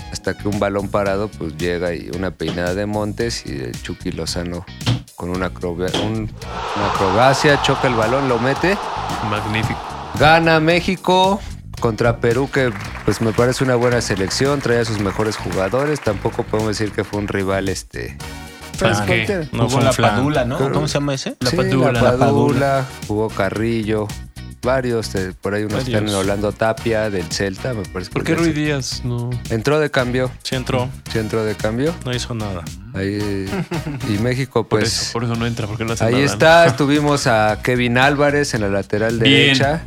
Speaker 4: hasta que un balón parado pues llega y una peinada de Montes y el Chucky Lozano con una, acroba- un- una acrobacia, choca el balón, lo mete.
Speaker 3: Magnífico.
Speaker 4: Gana México contra Perú, que pues me parece una buena selección, trae a sus mejores jugadores. Tampoco podemos decir que fue un rival este.
Speaker 6: Flan.
Speaker 3: ¿qué?
Speaker 5: Jugó
Speaker 6: No fue un
Speaker 5: la
Speaker 6: flan.
Speaker 5: padula, ¿no?
Speaker 4: Pero-
Speaker 5: ¿Cómo se llama ese?
Speaker 3: La
Speaker 4: Sí,
Speaker 3: Padula.
Speaker 4: la
Speaker 5: La
Speaker 4: Padula, jugó Carrillo, varios, eh, por ahí unos
Speaker 3: Varios.
Speaker 4: están hablando Tapia del Celta, me parece. que
Speaker 3: ¿Por qué
Speaker 4: es
Speaker 3: Rui
Speaker 4: del
Speaker 3: Díaz no?
Speaker 4: Celta. Entró de cambio,
Speaker 6: Sí entró,
Speaker 4: sí entró de cambio.
Speaker 6: no hizo nada.
Speaker 4: Ahí, y México,
Speaker 3: Por,
Speaker 4: pues.
Speaker 3: eso, por eso no entra, porque no hace
Speaker 4: Ahí
Speaker 3: nada, ¿no?
Speaker 4: está, estuvimos a Kevin Álvarez en la lateral
Speaker 3: Bien.
Speaker 4: derecha.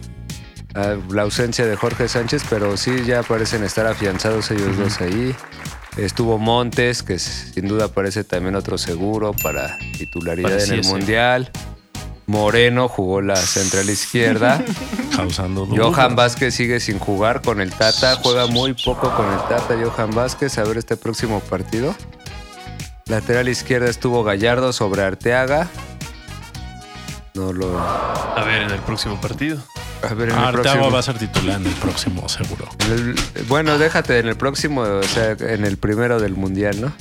Speaker 4: Ah, La ausencia de Jorge Sánchez, pero sí ya parecen estar afianzados ellos dos ahí. Estuvo Montes, que s- sin duda parece también otro seguro para titularidad en el
Speaker 3: Pareciese.
Speaker 4: Mundial. Moreno jugó la central izquierda.
Speaker 6: causando dudas.
Speaker 4: Johan Vázquez sigue sin jugar con el Tata, juega muy poco con el Tata. Johan Vázquez, a ver este próximo partido. Lateral izquierda estuvo Gallardo sobre Arteaga. No lo. A
Speaker 3: A ver, en el próximo partido.
Speaker 4: ver, en
Speaker 6: Ah,
Speaker 4: el
Speaker 6: Arteaga
Speaker 4: próximo.
Speaker 6: va a ser titular en el próximo, seguro.
Speaker 4: El- bueno, déjate en el próximo, o sea, en el primero del mundial, ¿no?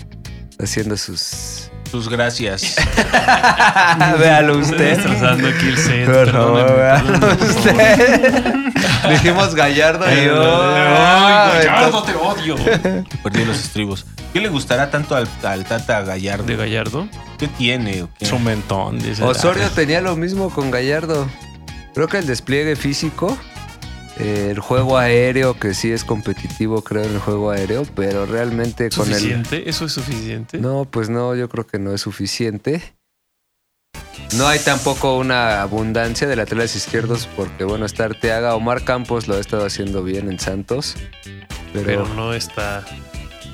Speaker 4: Haciendo sus.
Speaker 5: Tus gracias.
Speaker 4: Véalo usted.
Speaker 3: Destrozando aquí el set.
Speaker 4: Por favor,
Speaker 3: perdónenme,
Speaker 4: véalo
Speaker 3: perdónenme, Eh, por favor.
Speaker 4: usted. Dijimos Gallardo y.
Speaker 3: Ay,
Speaker 4: ¡Oh!
Speaker 3: Gallardo, te odio.
Speaker 5: Perdí los estribos. ¿Qué le gustará tanto al, al Tata Gallardo?
Speaker 3: ¿De Gallardo?
Speaker 5: ¿Qué tiene? o qué?
Speaker 6: Su mentón, dice.
Speaker 4: Osorio tenía lo mismo con Gallardo. Creo que el despliegue físico, eh, el juego aéreo, que sí es competitivo, creo, en el juego aéreo, pero realmente con el.
Speaker 3: ¿Suficiente? ¿Eso es suficiente?
Speaker 4: No, pues no, yo creo que no es suficiente. No hay tampoco una abundancia de laterales izquierdos, porque bueno, está Arteaga. Omar Campos lo ha estado haciendo bien en Santos,
Speaker 3: Pero
Speaker 4: pero.
Speaker 3: no está.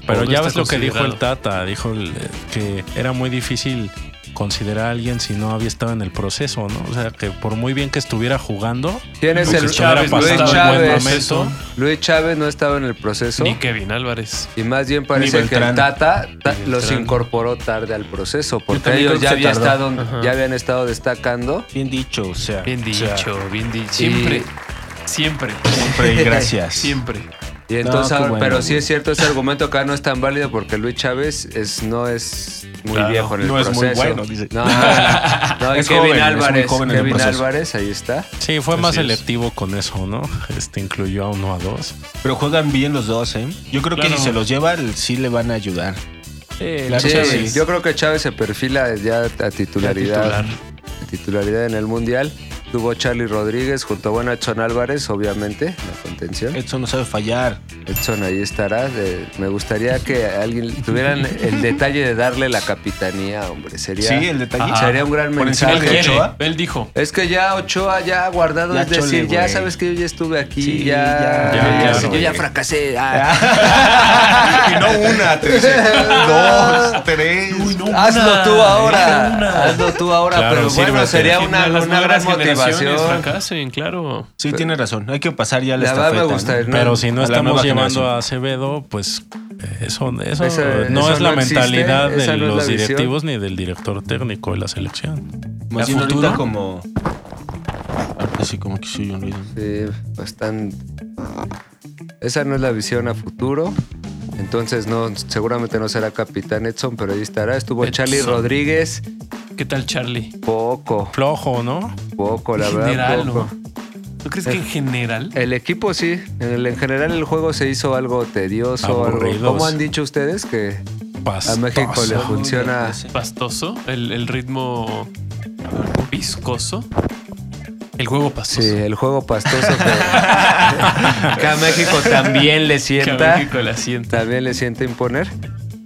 Speaker 6: Pero
Speaker 3: no
Speaker 6: ya
Speaker 3: está
Speaker 6: ves lo que dijo el
Speaker 3: considerado.
Speaker 6: Tata, dijo el- eh, que era muy difícil considerar a alguien si no había estado en el proceso, ¿no? O sea, que por muy bien que estuviera jugando,
Speaker 4: ¿Quién es
Speaker 6: que
Speaker 4: el
Speaker 6: estuviera
Speaker 3: Chávez,
Speaker 4: Luis
Speaker 3: no
Speaker 6: pasando
Speaker 3: estaba
Speaker 6: un
Speaker 3: en
Speaker 6: buen
Speaker 4: Chávez?
Speaker 6: momento.
Speaker 4: Luis Chávez no estaba en el proceso.
Speaker 3: Ni Kevin Álvarez.
Speaker 4: Y más bien parece
Speaker 5: Ni
Speaker 4: que el
Speaker 5: Beltrán.
Speaker 4: Tata ta-
Speaker 3: Ni
Speaker 4: los
Speaker 3: Beltrán.
Speaker 4: incorporó tarde al proceso, porque
Speaker 5: también
Speaker 4: ellos
Speaker 5: creo que
Speaker 4: ya,
Speaker 5: se
Speaker 4: había
Speaker 5: tardó.
Speaker 4: estado,
Speaker 3: Ajá.
Speaker 4: ya habían estado destacando.
Speaker 5: Bien dicho, o sea.
Speaker 3: Bien
Speaker 5: o
Speaker 3: dicho,
Speaker 5: sea,
Speaker 3: bien dicho.
Speaker 4: Sí.
Speaker 3: Siempre. Siempre.
Speaker 5: siempre y gracias.
Speaker 3: Siempre.
Speaker 4: Y entonces,
Speaker 5: qué
Speaker 4: ahora-
Speaker 5: bueno,
Speaker 4: pero sí
Speaker 5: güey.
Speaker 4: es cierto ese argumento acá no es tan válido porque Luis Chávez es, no es muy
Speaker 3: Claro,
Speaker 4: viejo en el
Speaker 5: no es muy
Speaker 4: proceso.
Speaker 5: bueno, dice.
Speaker 4: No, no, y
Speaker 5: Es joven, es
Speaker 4: Kevin
Speaker 5: muy
Speaker 4: Álvarez,
Speaker 5: joven en el
Speaker 4: Kevin
Speaker 5: proceso.
Speaker 4: Álvarez, ahí está.
Speaker 6: Sí, fue más
Speaker 3: Así es.
Speaker 6: selectivo con eso, ¿no? Este incluyó a uno a dos.
Speaker 5: Pero juegan bien los dos, ¿eh? Yo creo que
Speaker 3: Claro.
Speaker 5: si se los lleva, sí le van a ayudar.
Speaker 4: Sí,
Speaker 5: Chávez.
Speaker 4: yo creo que Chávez se perfila ya a titularidad.
Speaker 3: Titular.
Speaker 4: titularidad en el Mundial. Tuvo Charlie Rodríguez junto a bueno, Edson Álvarez, obviamente, la contención.
Speaker 5: Edson no sabe fallar.
Speaker 4: Edson ahí estará. Eh, me gustaría que alguien tuvieran el detalle de darle la capitanía, hombre. Sería,
Speaker 5: Sí, el detallito.
Speaker 3: Ajá.
Speaker 4: sería un gran
Speaker 5: Por encima
Speaker 3: Él
Speaker 5: ¿Sabe
Speaker 4: mensaje.
Speaker 5: de
Speaker 3: quiere,
Speaker 5: Ochoa?
Speaker 3: Él dijo.
Speaker 4: Es que ya Ochoa ya guardado,
Speaker 5: Ya
Speaker 4: es decir,
Speaker 5: chole,
Speaker 4: ya
Speaker 5: güey.
Speaker 4: sabes que yo ya estuve aquí,
Speaker 5: Sí,
Speaker 4: ya,
Speaker 5: ya,
Speaker 6: ya,
Speaker 4: yo
Speaker 6: claro,
Speaker 4: ya
Speaker 5: güey.
Speaker 4: fracasé. ah.
Speaker 5: y no una, te dice, dos, tres.
Speaker 4: Hazlo tú
Speaker 3: eh,
Speaker 4: ahora,
Speaker 3: una.
Speaker 4: hazlo tú ahora,
Speaker 6: Claro,
Speaker 4: pero bueno,
Speaker 6: sírvete.
Speaker 4: sería
Speaker 3: Que
Speaker 4: una,
Speaker 3: las
Speaker 4: una
Speaker 3: nuevas
Speaker 4: gran
Speaker 3: generaciones
Speaker 4: motivación.
Speaker 3: Fracasen, claro.
Speaker 5: Sí, tiene razón. Hay que pasar ya a la,
Speaker 4: La verdad
Speaker 5: estafeta.
Speaker 4: me gusta,
Speaker 5: ¿no?
Speaker 4: ¿no?
Speaker 6: Pero si no
Speaker 5: A la
Speaker 6: estamos
Speaker 5: nueva
Speaker 6: llevando
Speaker 5: generación.
Speaker 6: a Acevedo, pues eh, eso, eso
Speaker 4: Esa-
Speaker 6: no
Speaker 4: eso
Speaker 6: es la
Speaker 4: no existe,
Speaker 6: mentalidad
Speaker 4: esa
Speaker 6: de
Speaker 4: no es
Speaker 6: los
Speaker 4: la visión.
Speaker 6: directivos ni del director técnico de la selección.
Speaker 5: Más
Speaker 3: ¿A
Speaker 5: bien ahorita
Speaker 3: futuro?
Speaker 5: como... Así Ah, pues como que soy un ruido.
Speaker 4: Sí, este, bastante. Esa no es la visión a futuro. Entonces no, seguramente no será capitán Edson, pero ahí estará. Estuvo
Speaker 3: Edson.
Speaker 4: Charlie Rodríguez,
Speaker 3: ¿Qué tal, Charlie?
Speaker 4: poco,
Speaker 6: Flojo, ¿no?
Speaker 4: poco, la
Speaker 3: En
Speaker 4: verdad.
Speaker 3: general,
Speaker 4: poco. Eh.
Speaker 3: ¿no? ¿Tú crees que en general?
Speaker 4: El equipo sí, en, el- en general el juego se hizo algo tedioso, algo.
Speaker 6: Aburridos.
Speaker 4: ¿Cómo han dicho ustedes que a
Speaker 6: Pastoso.
Speaker 4: México le funciona?
Speaker 3: pastoso, el, el ritmo viscoso, el juego
Speaker 4: Sí,
Speaker 3: pastoso.
Speaker 4: pues, el juego pastoso que, que a México también
Speaker 3: Que
Speaker 4: le
Speaker 3: a
Speaker 4: sienta,
Speaker 3: México la sienta.
Speaker 4: también le sienta imponer.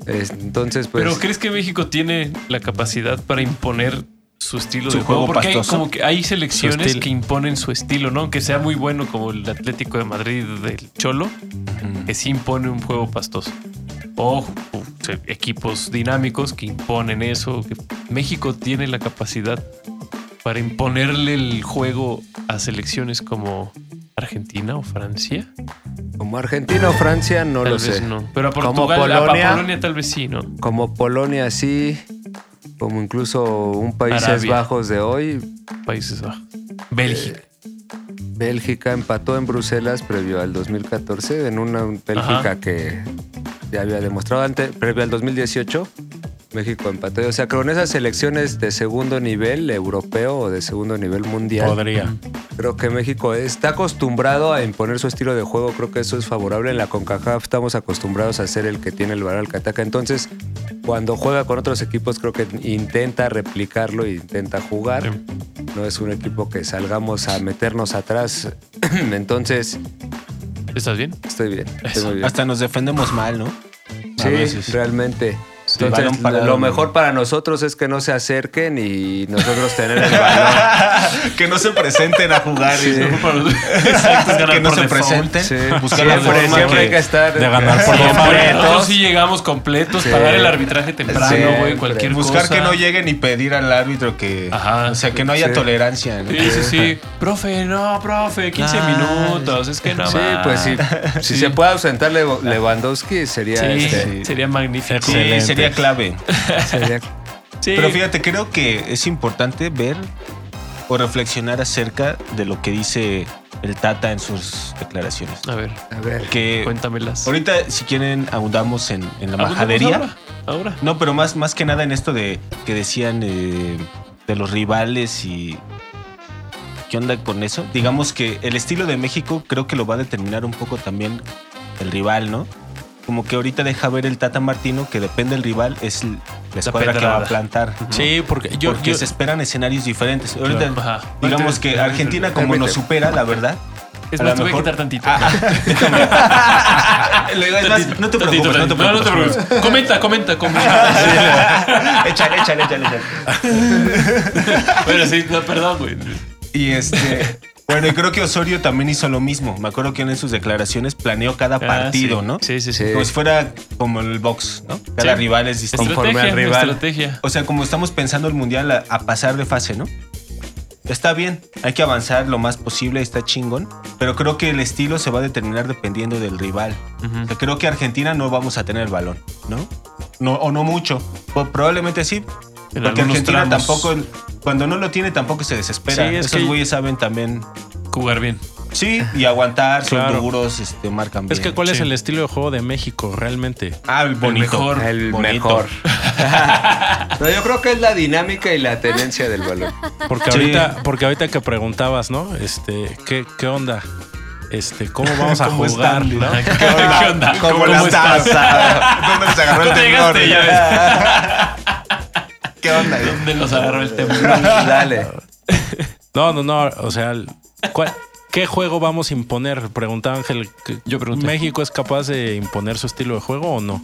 Speaker 4: Es- Entonces pues.
Speaker 3: Pero ¿crees que México tiene la capacidad para imponer su estilo
Speaker 5: Su
Speaker 3: de juego?
Speaker 5: juego
Speaker 3: Porque hay,
Speaker 5: pastoso.
Speaker 3: como que hay
Speaker 6: Su
Speaker 3: selecciones
Speaker 6: estilo.
Speaker 3: que imponen su estilo, ¿no? Aunque sea muy bueno como el Atlético de Madrid del Cholo,
Speaker 5: Mm.
Speaker 3: que sí impone un juego pastoso. O, o sea, equipos dinámicos que imponen eso. que México tiene la capacidad para imponerle el juego a selecciones como Argentina o Francia.
Speaker 4: Como Argentina o Francia, no
Speaker 3: tal
Speaker 4: lo
Speaker 3: vez
Speaker 4: sé.
Speaker 3: no. Pero a
Speaker 4: Como
Speaker 3: Portugal, a- a
Speaker 4: Polonia.
Speaker 3: Polonia tal vez sí, ¿no?
Speaker 4: Como Polonia, sí. Como incluso un Países
Speaker 3: Arabia.
Speaker 4: Bajos de hoy.
Speaker 3: Países Bajos. Bélgica.
Speaker 4: Bélgica empató en Bruselas previo al 2014 en una Bélgica
Speaker 3: Ajá.
Speaker 4: que ya había demostrado antes, previo al 2018. México empató. O sea, con esas selecciones de segundo nivel europeo o de segundo nivel mundial,
Speaker 6: Podría.
Speaker 4: creo que México está acostumbrado a imponer su estilo de juego. Creo que eso es favorable. En la CONCACAF estamos acostumbrados a ser el que tiene el balón, al que ataca. Entonces, cuando juega con otros equipos, creo que intenta replicarlo e intenta jugar. No es un equipo que salgamos a meternos atrás. Entonces,
Speaker 3: ¿Estás bien?
Speaker 4: estoy bien. Estoy muy bien.
Speaker 5: Hasta nos defendemos mal, ¿no? A
Speaker 4: Sí,
Speaker 5: veces.
Speaker 4: realmente. Entonces,
Speaker 5: balón parado,
Speaker 4: lo
Speaker 5: ¿no?
Speaker 4: mejor para nosotros es que no se acerquen y nosotros tener el balón.
Speaker 5: que no se presenten a jugar. y-
Speaker 3: Exacto, es ganar
Speaker 5: que no
Speaker 3: por
Speaker 5: se
Speaker 3: default.
Speaker 5: presenten.
Speaker 4: Sí.
Speaker 5: Buscar la
Speaker 4: Siempre,
Speaker 5: forma
Speaker 4: siempre
Speaker 5: que-
Speaker 4: hay que estar
Speaker 6: de ganar por
Speaker 4: siempre.
Speaker 6: default.
Speaker 3: Nosotros sí llegamos completos,
Speaker 4: Sí.
Speaker 3: pagar el arbitraje temprano, güey,
Speaker 4: Siempre.
Speaker 3: cualquier
Speaker 5: Buscar
Speaker 3: cosa.
Speaker 5: que no lleguen y pedir al árbitro que.
Speaker 3: Ajá.
Speaker 5: o sea, que no haya
Speaker 4: Sí.
Speaker 5: tolerancia. ¿no?
Speaker 3: Sí, sí, sí. Profe, no, profe, 15
Speaker 5: Ah,
Speaker 3: minutos. Es que no
Speaker 4: Sí,
Speaker 3: más.
Speaker 4: pues sí. Si se puede ausentar Lev- Lewandowski, sería
Speaker 3: Sí,
Speaker 4: este.
Speaker 3: sí, sería magnífico.
Speaker 5: Sí,
Speaker 6: Excelente.
Speaker 5: sería clave.
Speaker 4: sería-
Speaker 3: Sí.
Speaker 5: Pero fíjate, creo que es importante ver o reflexionar acerca de lo que dice el Tata en sus declaraciones.
Speaker 3: A ver,
Speaker 4: A ver.
Speaker 5: Que
Speaker 3: cuéntamelas.
Speaker 5: eh, ahorita, si quieren, abundamos en, en
Speaker 3: Ah,
Speaker 5: la
Speaker 3: pues,
Speaker 5: majadería.
Speaker 3: vamos Ahora. ahora.
Speaker 5: No, pero más, más que nada en esto de que decían eh, de los rivales y qué onda con eso. Digamos que el estilo de México creo que lo va a determinar un poco también el rival, ¿no? Como que ahorita deja ver el Tata Martino que depende del rival es l- la escuadra que va a
Speaker 3: pedrada.
Speaker 5: plantar.
Speaker 6: Sí, porque yo,
Speaker 5: porque
Speaker 6: yo-
Speaker 5: se esperan escenarios diferentes. Ahorita,
Speaker 3: Ajá.
Speaker 5: digamos que Argentina como nos
Speaker 4: Permíteme.
Speaker 5: supera, la verdad.
Speaker 3: Es
Speaker 5: a
Speaker 3: más,
Speaker 5: lo
Speaker 3: te voy a
Speaker 5: mejor-
Speaker 3: quitar tantito.
Speaker 5: Le digo, es más, no te
Speaker 3: Tantito,
Speaker 5: preocupes, no te
Speaker 3: tantito.
Speaker 5: preocupes.
Speaker 3: preocupes. Comenta, comenta, comenta.
Speaker 5: Échale, échale, échale, échale.
Speaker 3: Bueno, sí, no, perdón, güey.
Speaker 5: Y este. bueno, y creo que Osorio también hizo lo mismo. Me acuerdo que en sus declaraciones planeó cada
Speaker 3: Ah,
Speaker 5: partido,
Speaker 3: sí.
Speaker 5: ¿no?
Speaker 3: Sí, sí, sí.
Speaker 4: Sí.
Speaker 5: Como si fuera como el box, ¿no? Cada
Speaker 3: Sí.
Speaker 5: rival es distinto.
Speaker 4: Conforme
Speaker 3: Estrategia,
Speaker 4: al rival.
Speaker 3: estrategia.
Speaker 5: O sea, como estamos pensando el mundial a, a pasar de fase, ¿no? Está bien, hay que avanzar lo más posible, está chingón. Pero creo que el estilo se va a determinar dependiendo del rival. O sea, creo que Argentina no vamos a tener balón, ¿no? no o no mucho. O probablemente sí,
Speaker 3: En
Speaker 5: porque
Speaker 3: algunos
Speaker 5: Argentina
Speaker 3: tramos,
Speaker 5: tampoco. Cuando no lo tiene, tampoco se desespera.
Speaker 3: Sí, es
Speaker 5: Esos
Speaker 3: que-
Speaker 5: güeyes saben también
Speaker 3: Jugar bien.
Speaker 5: Sí, y aguantar,
Speaker 6: Claro.
Speaker 5: son duros, este, marcan
Speaker 6: es
Speaker 5: bien.
Speaker 6: que cuál es
Speaker 3: Sí.
Speaker 6: el estilo de juego de México realmente.
Speaker 5: Ah, el bonito.
Speaker 3: mejor.
Speaker 4: El
Speaker 5: Bonito.
Speaker 4: mejor. No, yo creo que es la dinámica y la tenencia del balón.
Speaker 6: Porque
Speaker 5: Sí.
Speaker 6: ahorita, porque ahorita que preguntabas, ¿no? Este, ¿qué, qué onda? Este, ¿cómo vamos a
Speaker 5: ¿Cómo
Speaker 6: jugar?
Speaker 5: están?
Speaker 6: ¿no?
Speaker 3: ¿Qué onda? ¿Qué onda?
Speaker 5: ¿Cómo, las
Speaker 3: estás?
Speaker 5: tazas? ¿Dónde se agarró el
Speaker 3: ¿Dónde
Speaker 5: temblor?
Speaker 3: llegaste?
Speaker 5: ¿Qué onda?
Speaker 3: ¿Dónde los agarró el temblor?
Speaker 4: Dale.
Speaker 6: No, no, no. O sea, ¿cuál- ¿qué juego vamos a imponer? Pregunta Ángel. ¿qué-
Speaker 3: Yo pregunté.
Speaker 6: ¿México es capaz de imponer su estilo de juego o no?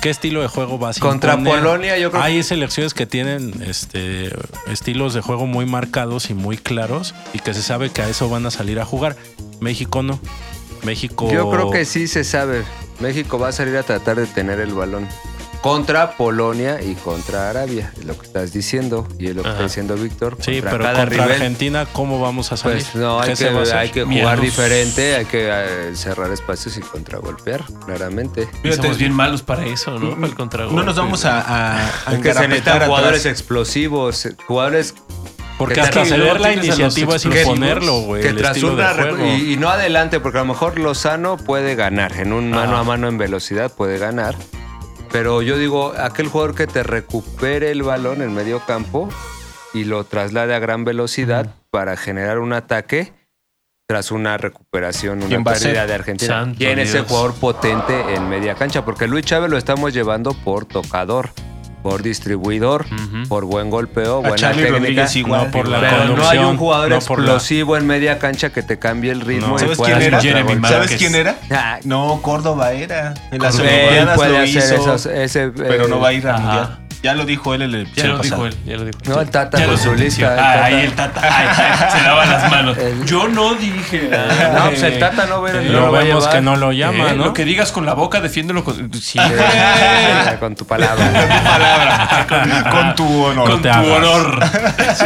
Speaker 6: ¿Qué estilo de juego vas a
Speaker 4: Contra
Speaker 6: imponer?
Speaker 4: Polonia, yo creo-
Speaker 6: Hay selecciones que tienen este, estilos de juego muy marcados y muy claros y que se sabe que a eso van a salir a jugar. México no. México.
Speaker 4: Yo creo que sí se sabe. México va a salir a tratar de tener el balón. Contra Polonia y contra Arabia, es lo que estás diciendo y es lo que
Speaker 3: Ajá.
Speaker 4: está diciendo Víctor.
Speaker 6: Sí,
Speaker 4: Contra
Speaker 6: pero
Speaker 4: cada
Speaker 6: contra
Speaker 4: rival,
Speaker 6: Argentina, ¿cómo vamos a salir?
Speaker 4: Pues no,
Speaker 6: ¿Qué
Speaker 4: hay que,
Speaker 6: se va a hacer?
Speaker 4: hay que jugar
Speaker 3: Miedos.
Speaker 4: diferente, hay que eh, cerrar espacios y contragolpear, claramente.
Speaker 3: Y
Speaker 5: Fíjate,
Speaker 3: Somos bien malos para eso, ¿no? Para el contragolpe.
Speaker 5: No nos vamos a, a, a
Speaker 4: Es que se
Speaker 5: encarapetar
Speaker 4: necesitan
Speaker 5: atrás.
Speaker 4: jugadores explosivos, jugadores
Speaker 6: Porque
Speaker 4: que
Speaker 6: hasta
Speaker 4: te-
Speaker 6: ceder
Speaker 3: que
Speaker 6: la
Speaker 3: tienes a los
Speaker 6: iniciativa es
Speaker 3: explosivos
Speaker 6: imponerlo, güey.
Speaker 4: que
Speaker 6: el
Speaker 4: tras
Speaker 6: estilo de
Speaker 4: una
Speaker 6: juego.
Speaker 4: y, y no adelante, porque a lo mejor Lozano puede ganar, en un mano a mano en velocidad puede ganar. Pero yo digo, aquel jugador que te recupere el balón en medio campo y lo traslade a gran velocidad para generar un ataque tras una recuperación, una
Speaker 5: ¿Quién va a
Speaker 4: pérdida
Speaker 5: ser?
Speaker 4: de Argentina.
Speaker 3: Santo
Speaker 4: ¿Quién es el
Speaker 3: Dios.
Speaker 4: jugador potente en media cancha? Porque Luis Chávez lo estamos llevando por tocador, por distribuidor,
Speaker 3: Ujú.
Speaker 4: por buen golpeo,
Speaker 5: A
Speaker 4: buena
Speaker 5: Charlie
Speaker 4: técnica.
Speaker 5: Rodríguez igual.
Speaker 6: No, por la
Speaker 4: Pero no hay
Speaker 6: conducción,
Speaker 4: un jugador
Speaker 6: no por la-
Speaker 4: explosivo en media cancha que te cambie el ritmo.
Speaker 6: No.
Speaker 4: y
Speaker 5: ¿Sabes
Speaker 4: puedas
Speaker 5: quién era?
Speaker 3: Jeremy
Speaker 4: contragolpear.
Speaker 5: ¿Sabes
Speaker 3: Márquez.
Speaker 5: quién era?
Speaker 4: Ah,
Speaker 5: No, Córdoba era. En las
Speaker 4: él
Speaker 5: Olimpiadas
Speaker 4: puede
Speaker 5: lo
Speaker 4: hacer
Speaker 5: hizo,
Speaker 4: esos- ese,
Speaker 5: pero
Speaker 4: eh,
Speaker 5: no va a ir al
Speaker 3: Ajá.
Speaker 5: mundial. Ya lo dijo él en el
Speaker 3: Ya lo
Speaker 5: pasado.
Speaker 3: dijo él, ya lo dijo.
Speaker 4: No, el Tata
Speaker 3: Ya
Speaker 4: con
Speaker 3: lo
Speaker 4: su
Speaker 3: sentenció.
Speaker 4: lista, el
Speaker 3: Ah,
Speaker 4: Tata.
Speaker 3: ahí el Tata. Ay, ay, se lava las manos.
Speaker 4: El-
Speaker 3: Yo no dije.
Speaker 4: No, pues el Tata no ve-
Speaker 3: Eh,
Speaker 4: no
Speaker 6: Lo
Speaker 4: va a
Speaker 6: vemos
Speaker 4: llevar.
Speaker 6: que no lo llama,
Speaker 3: eh,
Speaker 6: ¿no?
Speaker 3: Lo que digas con la boca, defiéndelo con. Sí.
Speaker 4: eh, con tu palabra.
Speaker 5: Con tu honor.
Speaker 3: con tu
Speaker 6: te hagas.
Speaker 3: honor.
Speaker 4: Sí.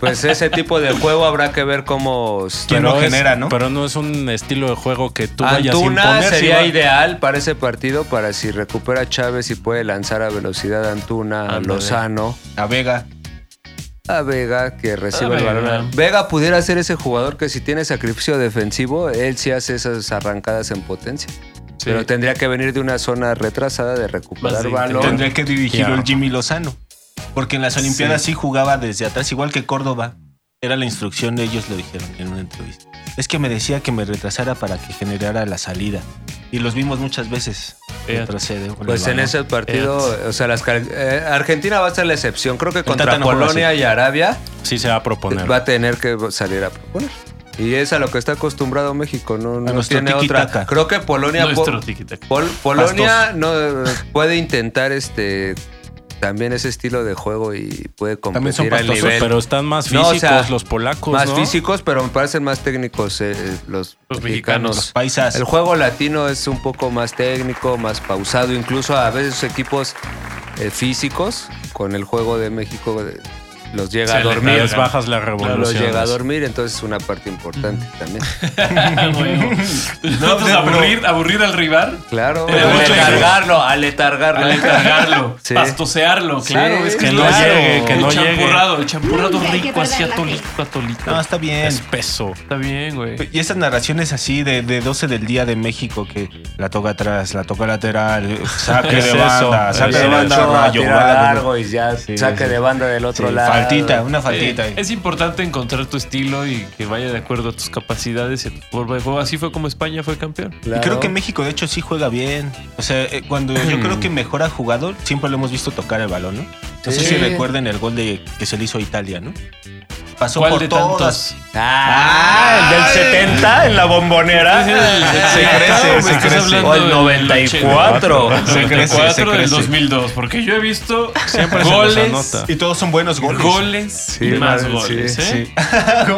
Speaker 4: Pues ese tipo de juego habrá que ver cómo.
Speaker 5: ¿Quién lo
Speaker 6: es-
Speaker 5: genera, no?
Speaker 6: Pero no es un estilo de juego que tú vayas a
Speaker 4: Antuna
Speaker 6: imponer. si
Speaker 4: sería
Speaker 6: va-
Speaker 4: ideal para ese partido, para si recupera Chávez y puede lanzar a velocidad a Antuna, a
Speaker 3: Ándale.
Speaker 4: Lozano,
Speaker 5: A Vega.
Speaker 4: a Vega que recibe
Speaker 3: A
Speaker 4: el
Speaker 3: Vega.
Speaker 4: balón. Vega pudiera ser ese jugador que si tiene sacrificio defensivo, él sí hace esas arrancadas en potencia. Pero tendría que venir de una zona retrasada de
Speaker 3: Más
Speaker 4: recuperar
Speaker 3: de
Speaker 4: balón.
Speaker 5: Tendría que dirigirlo
Speaker 6: Claro.
Speaker 5: el Jimmy Lozano. Porque en las Olimpiadas sí. jugaba desde atrás, igual que Córdoba. Era la instrucción, ellos lo dijeron en una entrevista. Es que me decía que me retrasara para que generara la salida. Y los vimos muchas veces.
Speaker 3: Fíjate.
Speaker 5: retroceder con el
Speaker 4: Pues en
Speaker 5: balón.
Speaker 4: ese partido, o sea, las, car- eh, Argentina va a ser la excepción. Creo que
Speaker 5: Tata
Speaker 4: contra
Speaker 5: no juega
Speaker 4: Polonia y Arabia
Speaker 6: Sí se va a proponer.
Speaker 4: va a tener que salir a proponer. Y es a lo que está acostumbrado México, no, no
Speaker 5: nuestro
Speaker 4: tiene otra.
Speaker 5: tiki-taka.
Speaker 4: Creo que Polonia po-
Speaker 3: Nuestro tiki-taka.
Speaker 4: Pol- Polonia no puede intentar este también ese estilo de juego y puede
Speaker 5: También son
Speaker 4: competir al
Speaker 5: pastosos,
Speaker 4: nivel.
Speaker 6: Pero están más
Speaker 4: No, o
Speaker 6: físicos
Speaker 4: sea,
Speaker 6: los polacos,
Speaker 4: más
Speaker 6: ¿no?
Speaker 4: físicos, pero me parecen más técnicos eh, eh, los,
Speaker 3: Los mexicanos.
Speaker 5: Los
Speaker 4: mexicanos.
Speaker 5: paisas.
Speaker 4: El juego latino es un poco más técnico, más pausado, incluso a veces equipos eh, físicos con el juego de México eh, los llega
Speaker 3: Se le
Speaker 4: a
Speaker 6: Y
Speaker 4: dormir.
Speaker 3: pega.
Speaker 6: les bajas las
Speaker 4: Los
Speaker 6: revoluciones.
Speaker 4: llega a dormir, entonces es una parte importante también.
Speaker 3: Bueno, Nosotros
Speaker 5: pero-
Speaker 3: aburrir, aburrir al rival,
Speaker 4: Claro,
Speaker 3: Pero mucho
Speaker 4: aletargarlo, aletargarlo.
Speaker 3: aletargarlo,
Speaker 4: Sí.
Speaker 3: pastosearlo,
Speaker 4: Sí,
Speaker 3: claro. es que
Speaker 6: que no
Speaker 3: claro.
Speaker 6: llegue, que
Speaker 3: el
Speaker 6: no llegue.
Speaker 3: champurrado, el champurrado
Speaker 2: Mm, hay que
Speaker 3: rico así
Speaker 2: perder la
Speaker 3: atoli-
Speaker 5: No,
Speaker 3: atolito.
Speaker 5: está bien.
Speaker 6: Espeso.
Speaker 3: Está bien, güey.
Speaker 5: Y esas narraciones así de, de 12 del día de México que la toca atrás, la toca lateral, saque
Speaker 6: Es
Speaker 5: de
Speaker 6: eso,
Speaker 5: banda,
Speaker 6: es
Speaker 5: saque de
Speaker 6: eso.
Speaker 5: banda, rayo, bala,
Speaker 4: largo y ya
Speaker 5: Sí,
Speaker 4: saque
Speaker 5: sí.
Speaker 4: de banda del
Speaker 5: sí,
Speaker 4: otro lado.
Speaker 5: faltita, una faltita.
Speaker 3: Eh, Es importante encontrar tu estilo y que vaya de acuerdo a tus capacidades y a tu forma de juego. Así fue como España fue campeón.
Speaker 5: Y
Speaker 4: Claro.
Speaker 5: creo que México, de hecho, sí juega bien. O sea, eh, cuando yo creo que mejor ha jugado, siempre lo hemos visto tocar el balón, ¿no? No sé
Speaker 4: Sí.
Speaker 5: si recuerden el gol de, que se le hizo a Italia, ¿no? Pasó
Speaker 3: ¿Cuál
Speaker 5: por
Speaker 3: de
Speaker 5: todas.
Speaker 3: tantos?
Speaker 4: Ah, el del 70 en la bombonera.
Speaker 3: Se
Speaker 5: crece, Ah, se crece.
Speaker 4: O el 94.
Speaker 3: Se
Speaker 5: Se crece, se
Speaker 3: del
Speaker 5: crece.
Speaker 3: 2002. Porque yo he visto
Speaker 6: Siempre se
Speaker 3: goles,
Speaker 6: los anota.
Speaker 5: Y todos son buenos goles.
Speaker 3: goles y
Speaker 4: Sí,
Speaker 3: más
Speaker 4: sí,
Speaker 3: goles. ¿eh?
Speaker 5: sí.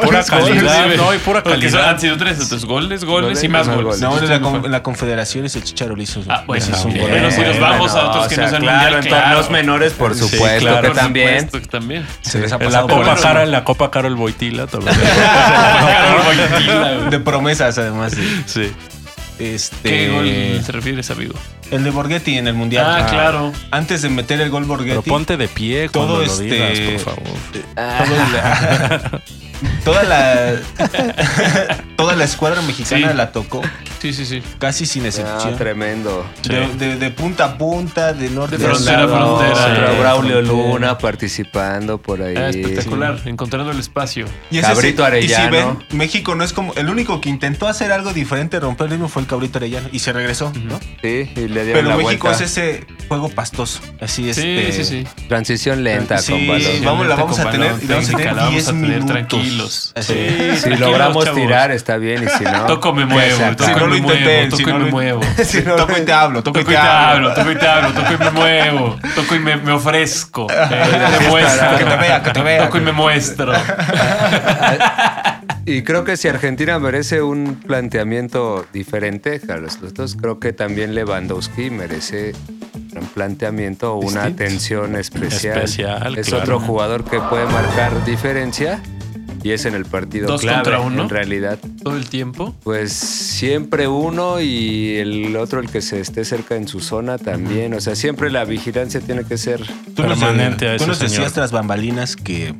Speaker 6: Pura calidad,
Speaker 3: Inclusive,
Speaker 6: no, y pura
Speaker 3: porque
Speaker 6: calidad.
Speaker 3: son- Han sido tres, entonces goles, goles
Speaker 4: Goles
Speaker 3: y
Speaker 4: y
Speaker 3: más
Speaker 4: más
Speaker 3: goles.
Speaker 4: goles.
Speaker 5: No, en la, con-
Speaker 3: Fue-
Speaker 5: en la Confederación es el Chicharo Lizo.
Speaker 3: Ah, bueno,
Speaker 5: Ese es un
Speaker 3: también.
Speaker 5: gol.
Speaker 3: Bueno, sí, nos vamos a
Speaker 4: Bueno,
Speaker 3: otros que no sean
Speaker 4: claro,
Speaker 3: mundial,
Speaker 4: entre
Speaker 3: claro.
Speaker 4: los menores, por
Speaker 6: Sí,
Speaker 4: supuesto
Speaker 6: claro,
Speaker 4: que
Speaker 3: por
Speaker 4: también.
Speaker 3: supuesto que también.
Speaker 5: Se les ha
Speaker 6: En la
Speaker 5: pasado por
Speaker 6: Copa
Speaker 5: encima.
Speaker 6: Jara, en la Copa Carol Boitila. tal vez.
Speaker 3: Carol Boitila, güey.
Speaker 5: De promesas, además. sí.
Speaker 6: sí.
Speaker 5: Este,
Speaker 3: ¿Qué gol te refieres, amigo?
Speaker 5: El de Borghetti en el Mundial.
Speaker 3: Ah, claro.
Speaker 5: Antes de meter el gol
Speaker 6: Pero
Speaker 5: Borghetti,
Speaker 6: ponte de pie
Speaker 5: Todo
Speaker 6: cuando lo
Speaker 5: este-
Speaker 6: digas, por favor.
Speaker 4: eh,
Speaker 5: todo el- toda la toda la escuadra mexicana
Speaker 3: Sí.
Speaker 5: la tocó,
Speaker 3: Sí, sí, sí.
Speaker 5: casi sin
Speaker 4: Ah,
Speaker 5: excepción.
Speaker 4: tremendo.
Speaker 5: de, de- de punta a punta, de norte
Speaker 3: De
Speaker 5: a
Speaker 3: frontera a
Speaker 5: sur.
Speaker 3: frontera.
Speaker 5: Sí,
Speaker 4: Otro
Speaker 3: Eh,
Speaker 4: Braulio
Speaker 5: frontera.
Speaker 4: Luna Ah, participando por ahí.
Speaker 3: Ah, espectacular, encontrando el espacio.
Speaker 5: Y ese
Speaker 4: Cabrito
Speaker 5: sí- y si
Speaker 4: Arellano.
Speaker 5: ven, México no es como. El único que intentó hacer algo diferente, romper el ritmo, fue el Cabrito Arellano. Y se regresó, ¿no?
Speaker 4: Sí, y le
Speaker 5: Pero
Speaker 4: dieron la
Speaker 5: México
Speaker 4: vuelta.
Speaker 5: es ese juego pastoso. Así es.
Speaker 4: Este,
Speaker 3: Sí, sí, sí.
Speaker 4: Transición lenta
Speaker 5: Sí,
Speaker 4: con balón.
Speaker 5: vamos, la
Speaker 3: Neta,
Speaker 5: vamos
Speaker 3: con
Speaker 5: a tener.
Speaker 3: balón
Speaker 5: y la vamos a
Speaker 3: técnica,
Speaker 5: tener
Speaker 3: la vamos
Speaker 5: 10
Speaker 3: a tener
Speaker 5: minutos.
Speaker 3: tranquilos.
Speaker 5: Así.
Speaker 4: Si
Speaker 3: Tranquilos,
Speaker 4: logramos
Speaker 3: chavos.
Speaker 4: tirar, está bien. Y si no.
Speaker 3: Toco me muevo,
Speaker 4: Exacto.
Speaker 3: toco
Speaker 5: Si no
Speaker 3: me
Speaker 5: lo intenté,
Speaker 3: muevo,
Speaker 5: si
Speaker 3: toco
Speaker 5: no
Speaker 3: y me
Speaker 5: lo-
Speaker 3: muevo.
Speaker 5: Sí, toco y te hablo, toco,
Speaker 3: Toco y te hablo, toco y te hablo, toco y me muevo, toco y me, me ofrezco. eh, me muestro.
Speaker 5: Que te vea, que te vea.
Speaker 3: Toco y me muestro.
Speaker 4: Y creo que si Argentina merece un planteamiento diferente a los otros, creo que también Lewandowski merece un planteamiento o una atención especial.
Speaker 6: Especial,
Speaker 4: es
Speaker 6: claro.
Speaker 4: otro jugador que puede marcar diferencia y es en el partido
Speaker 3: Dos
Speaker 4: clave,
Speaker 3: contra uno.
Speaker 4: En realidad,
Speaker 3: Todo el tiempo.
Speaker 4: pues siempre uno y el otro, el que se esté cerca en su zona también. O sea, siempre la vigilancia tiene que ser
Speaker 5: Tú nos,
Speaker 6: Permanente a
Speaker 5: tú
Speaker 6: ese
Speaker 5: nos decías
Speaker 6: señor.
Speaker 5: tras bambalinas que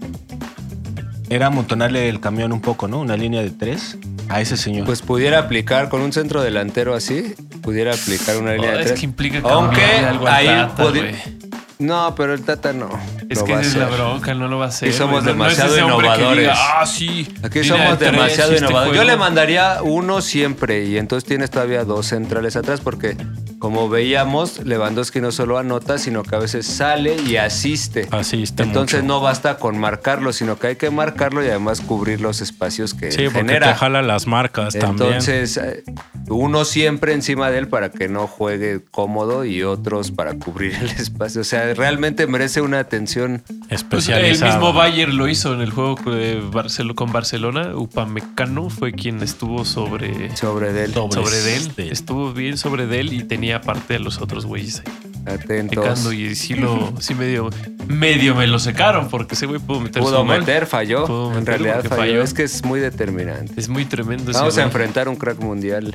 Speaker 5: era amontonarle el camión un poco, ¿no? Una línea de tres a ese señor.
Speaker 4: Pues pudiera aplicar con un centro delantero así, pudiera aplicar una línea de
Speaker 3: Oh, es
Speaker 4: tres.
Speaker 3: que implica
Speaker 4: Aunque
Speaker 3: cambiarle algo al
Speaker 4: ahí
Speaker 3: Tata,
Speaker 4: podi-
Speaker 3: güey.
Speaker 4: No, pero el Tata no.
Speaker 3: Es
Speaker 4: lo
Speaker 3: que
Speaker 4: va a
Speaker 3: esa es la
Speaker 4: hacer.
Speaker 3: bronca, no lo va a hacer.
Speaker 4: Y somos
Speaker 3: güey. No- no es
Speaker 4: demasiado
Speaker 3: ese hombre que
Speaker 4: innovadores.
Speaker 3: diga, ah, sí.
Speaker 4: Aquí
Speaker 3: línea
Speaker 4: somos
Speaker 3: de tres,
Speaker 4: demasiado
Speaker 3: este
Speaker 4: innovadores. Yo
Speaker 3: juego".
Speaker 4: le mandaría uno siempre y entonces tienes todavía dos centrales atrás porque como veíamos, Lewandowski no solo anota, sino que a veces sale y asiste.
Speaker 6: Asiste
Speaker 4: Entonces
Speaker 6: mucho.
Speaker 4: no basta con marcarlo, sino que hay que marcarlo y además cubrir los espacios que
Speaker 6: Sí, porque
Speaker 4: genera.
Speaker 6: te jala las marcas también.
Speaker 4: Entonces, eh, uno siempre encima de él para que no juegue cómodo y otros para cubrir el espacio. O sea, realmente merece una atención.
Speaker 3: Pues, el
Speaker 6: Especializada.
Speaker 3: mismo Bayer lo hizo en el juego de Barcelo- con Barcelona. Upamecano fue quien estuvo sobre,
Speaker 4: sobre de él.
Speaker 3: sobre de él.
Speaker 6: este.
Speaker 3: Estuvo bien sobre de él y tenía parte de los otros güeyes ahí.
Speaker 4: Atentos.
Speaker 3: secando y sí lo sí medio medio me lo secaron porque ese güey pudo meter
Speaker 4: Pudo
Speaker 3: su gol.
Speaker 4: meter, falló.
Speaker 3: Pudo
Speaker 4: en
Speaker 3: meter
Speaker 4: realidad
Speaker 3: porque
Speaker 4: falló.
Speaker 3: falló.
Speaker 4: Es que es muy determinante.
Speaker 3: Es muy tremendo ese
Speaker 4: Vamos a
Speaker 3: güey.
Speaker 4: enfrentar un crack mundial.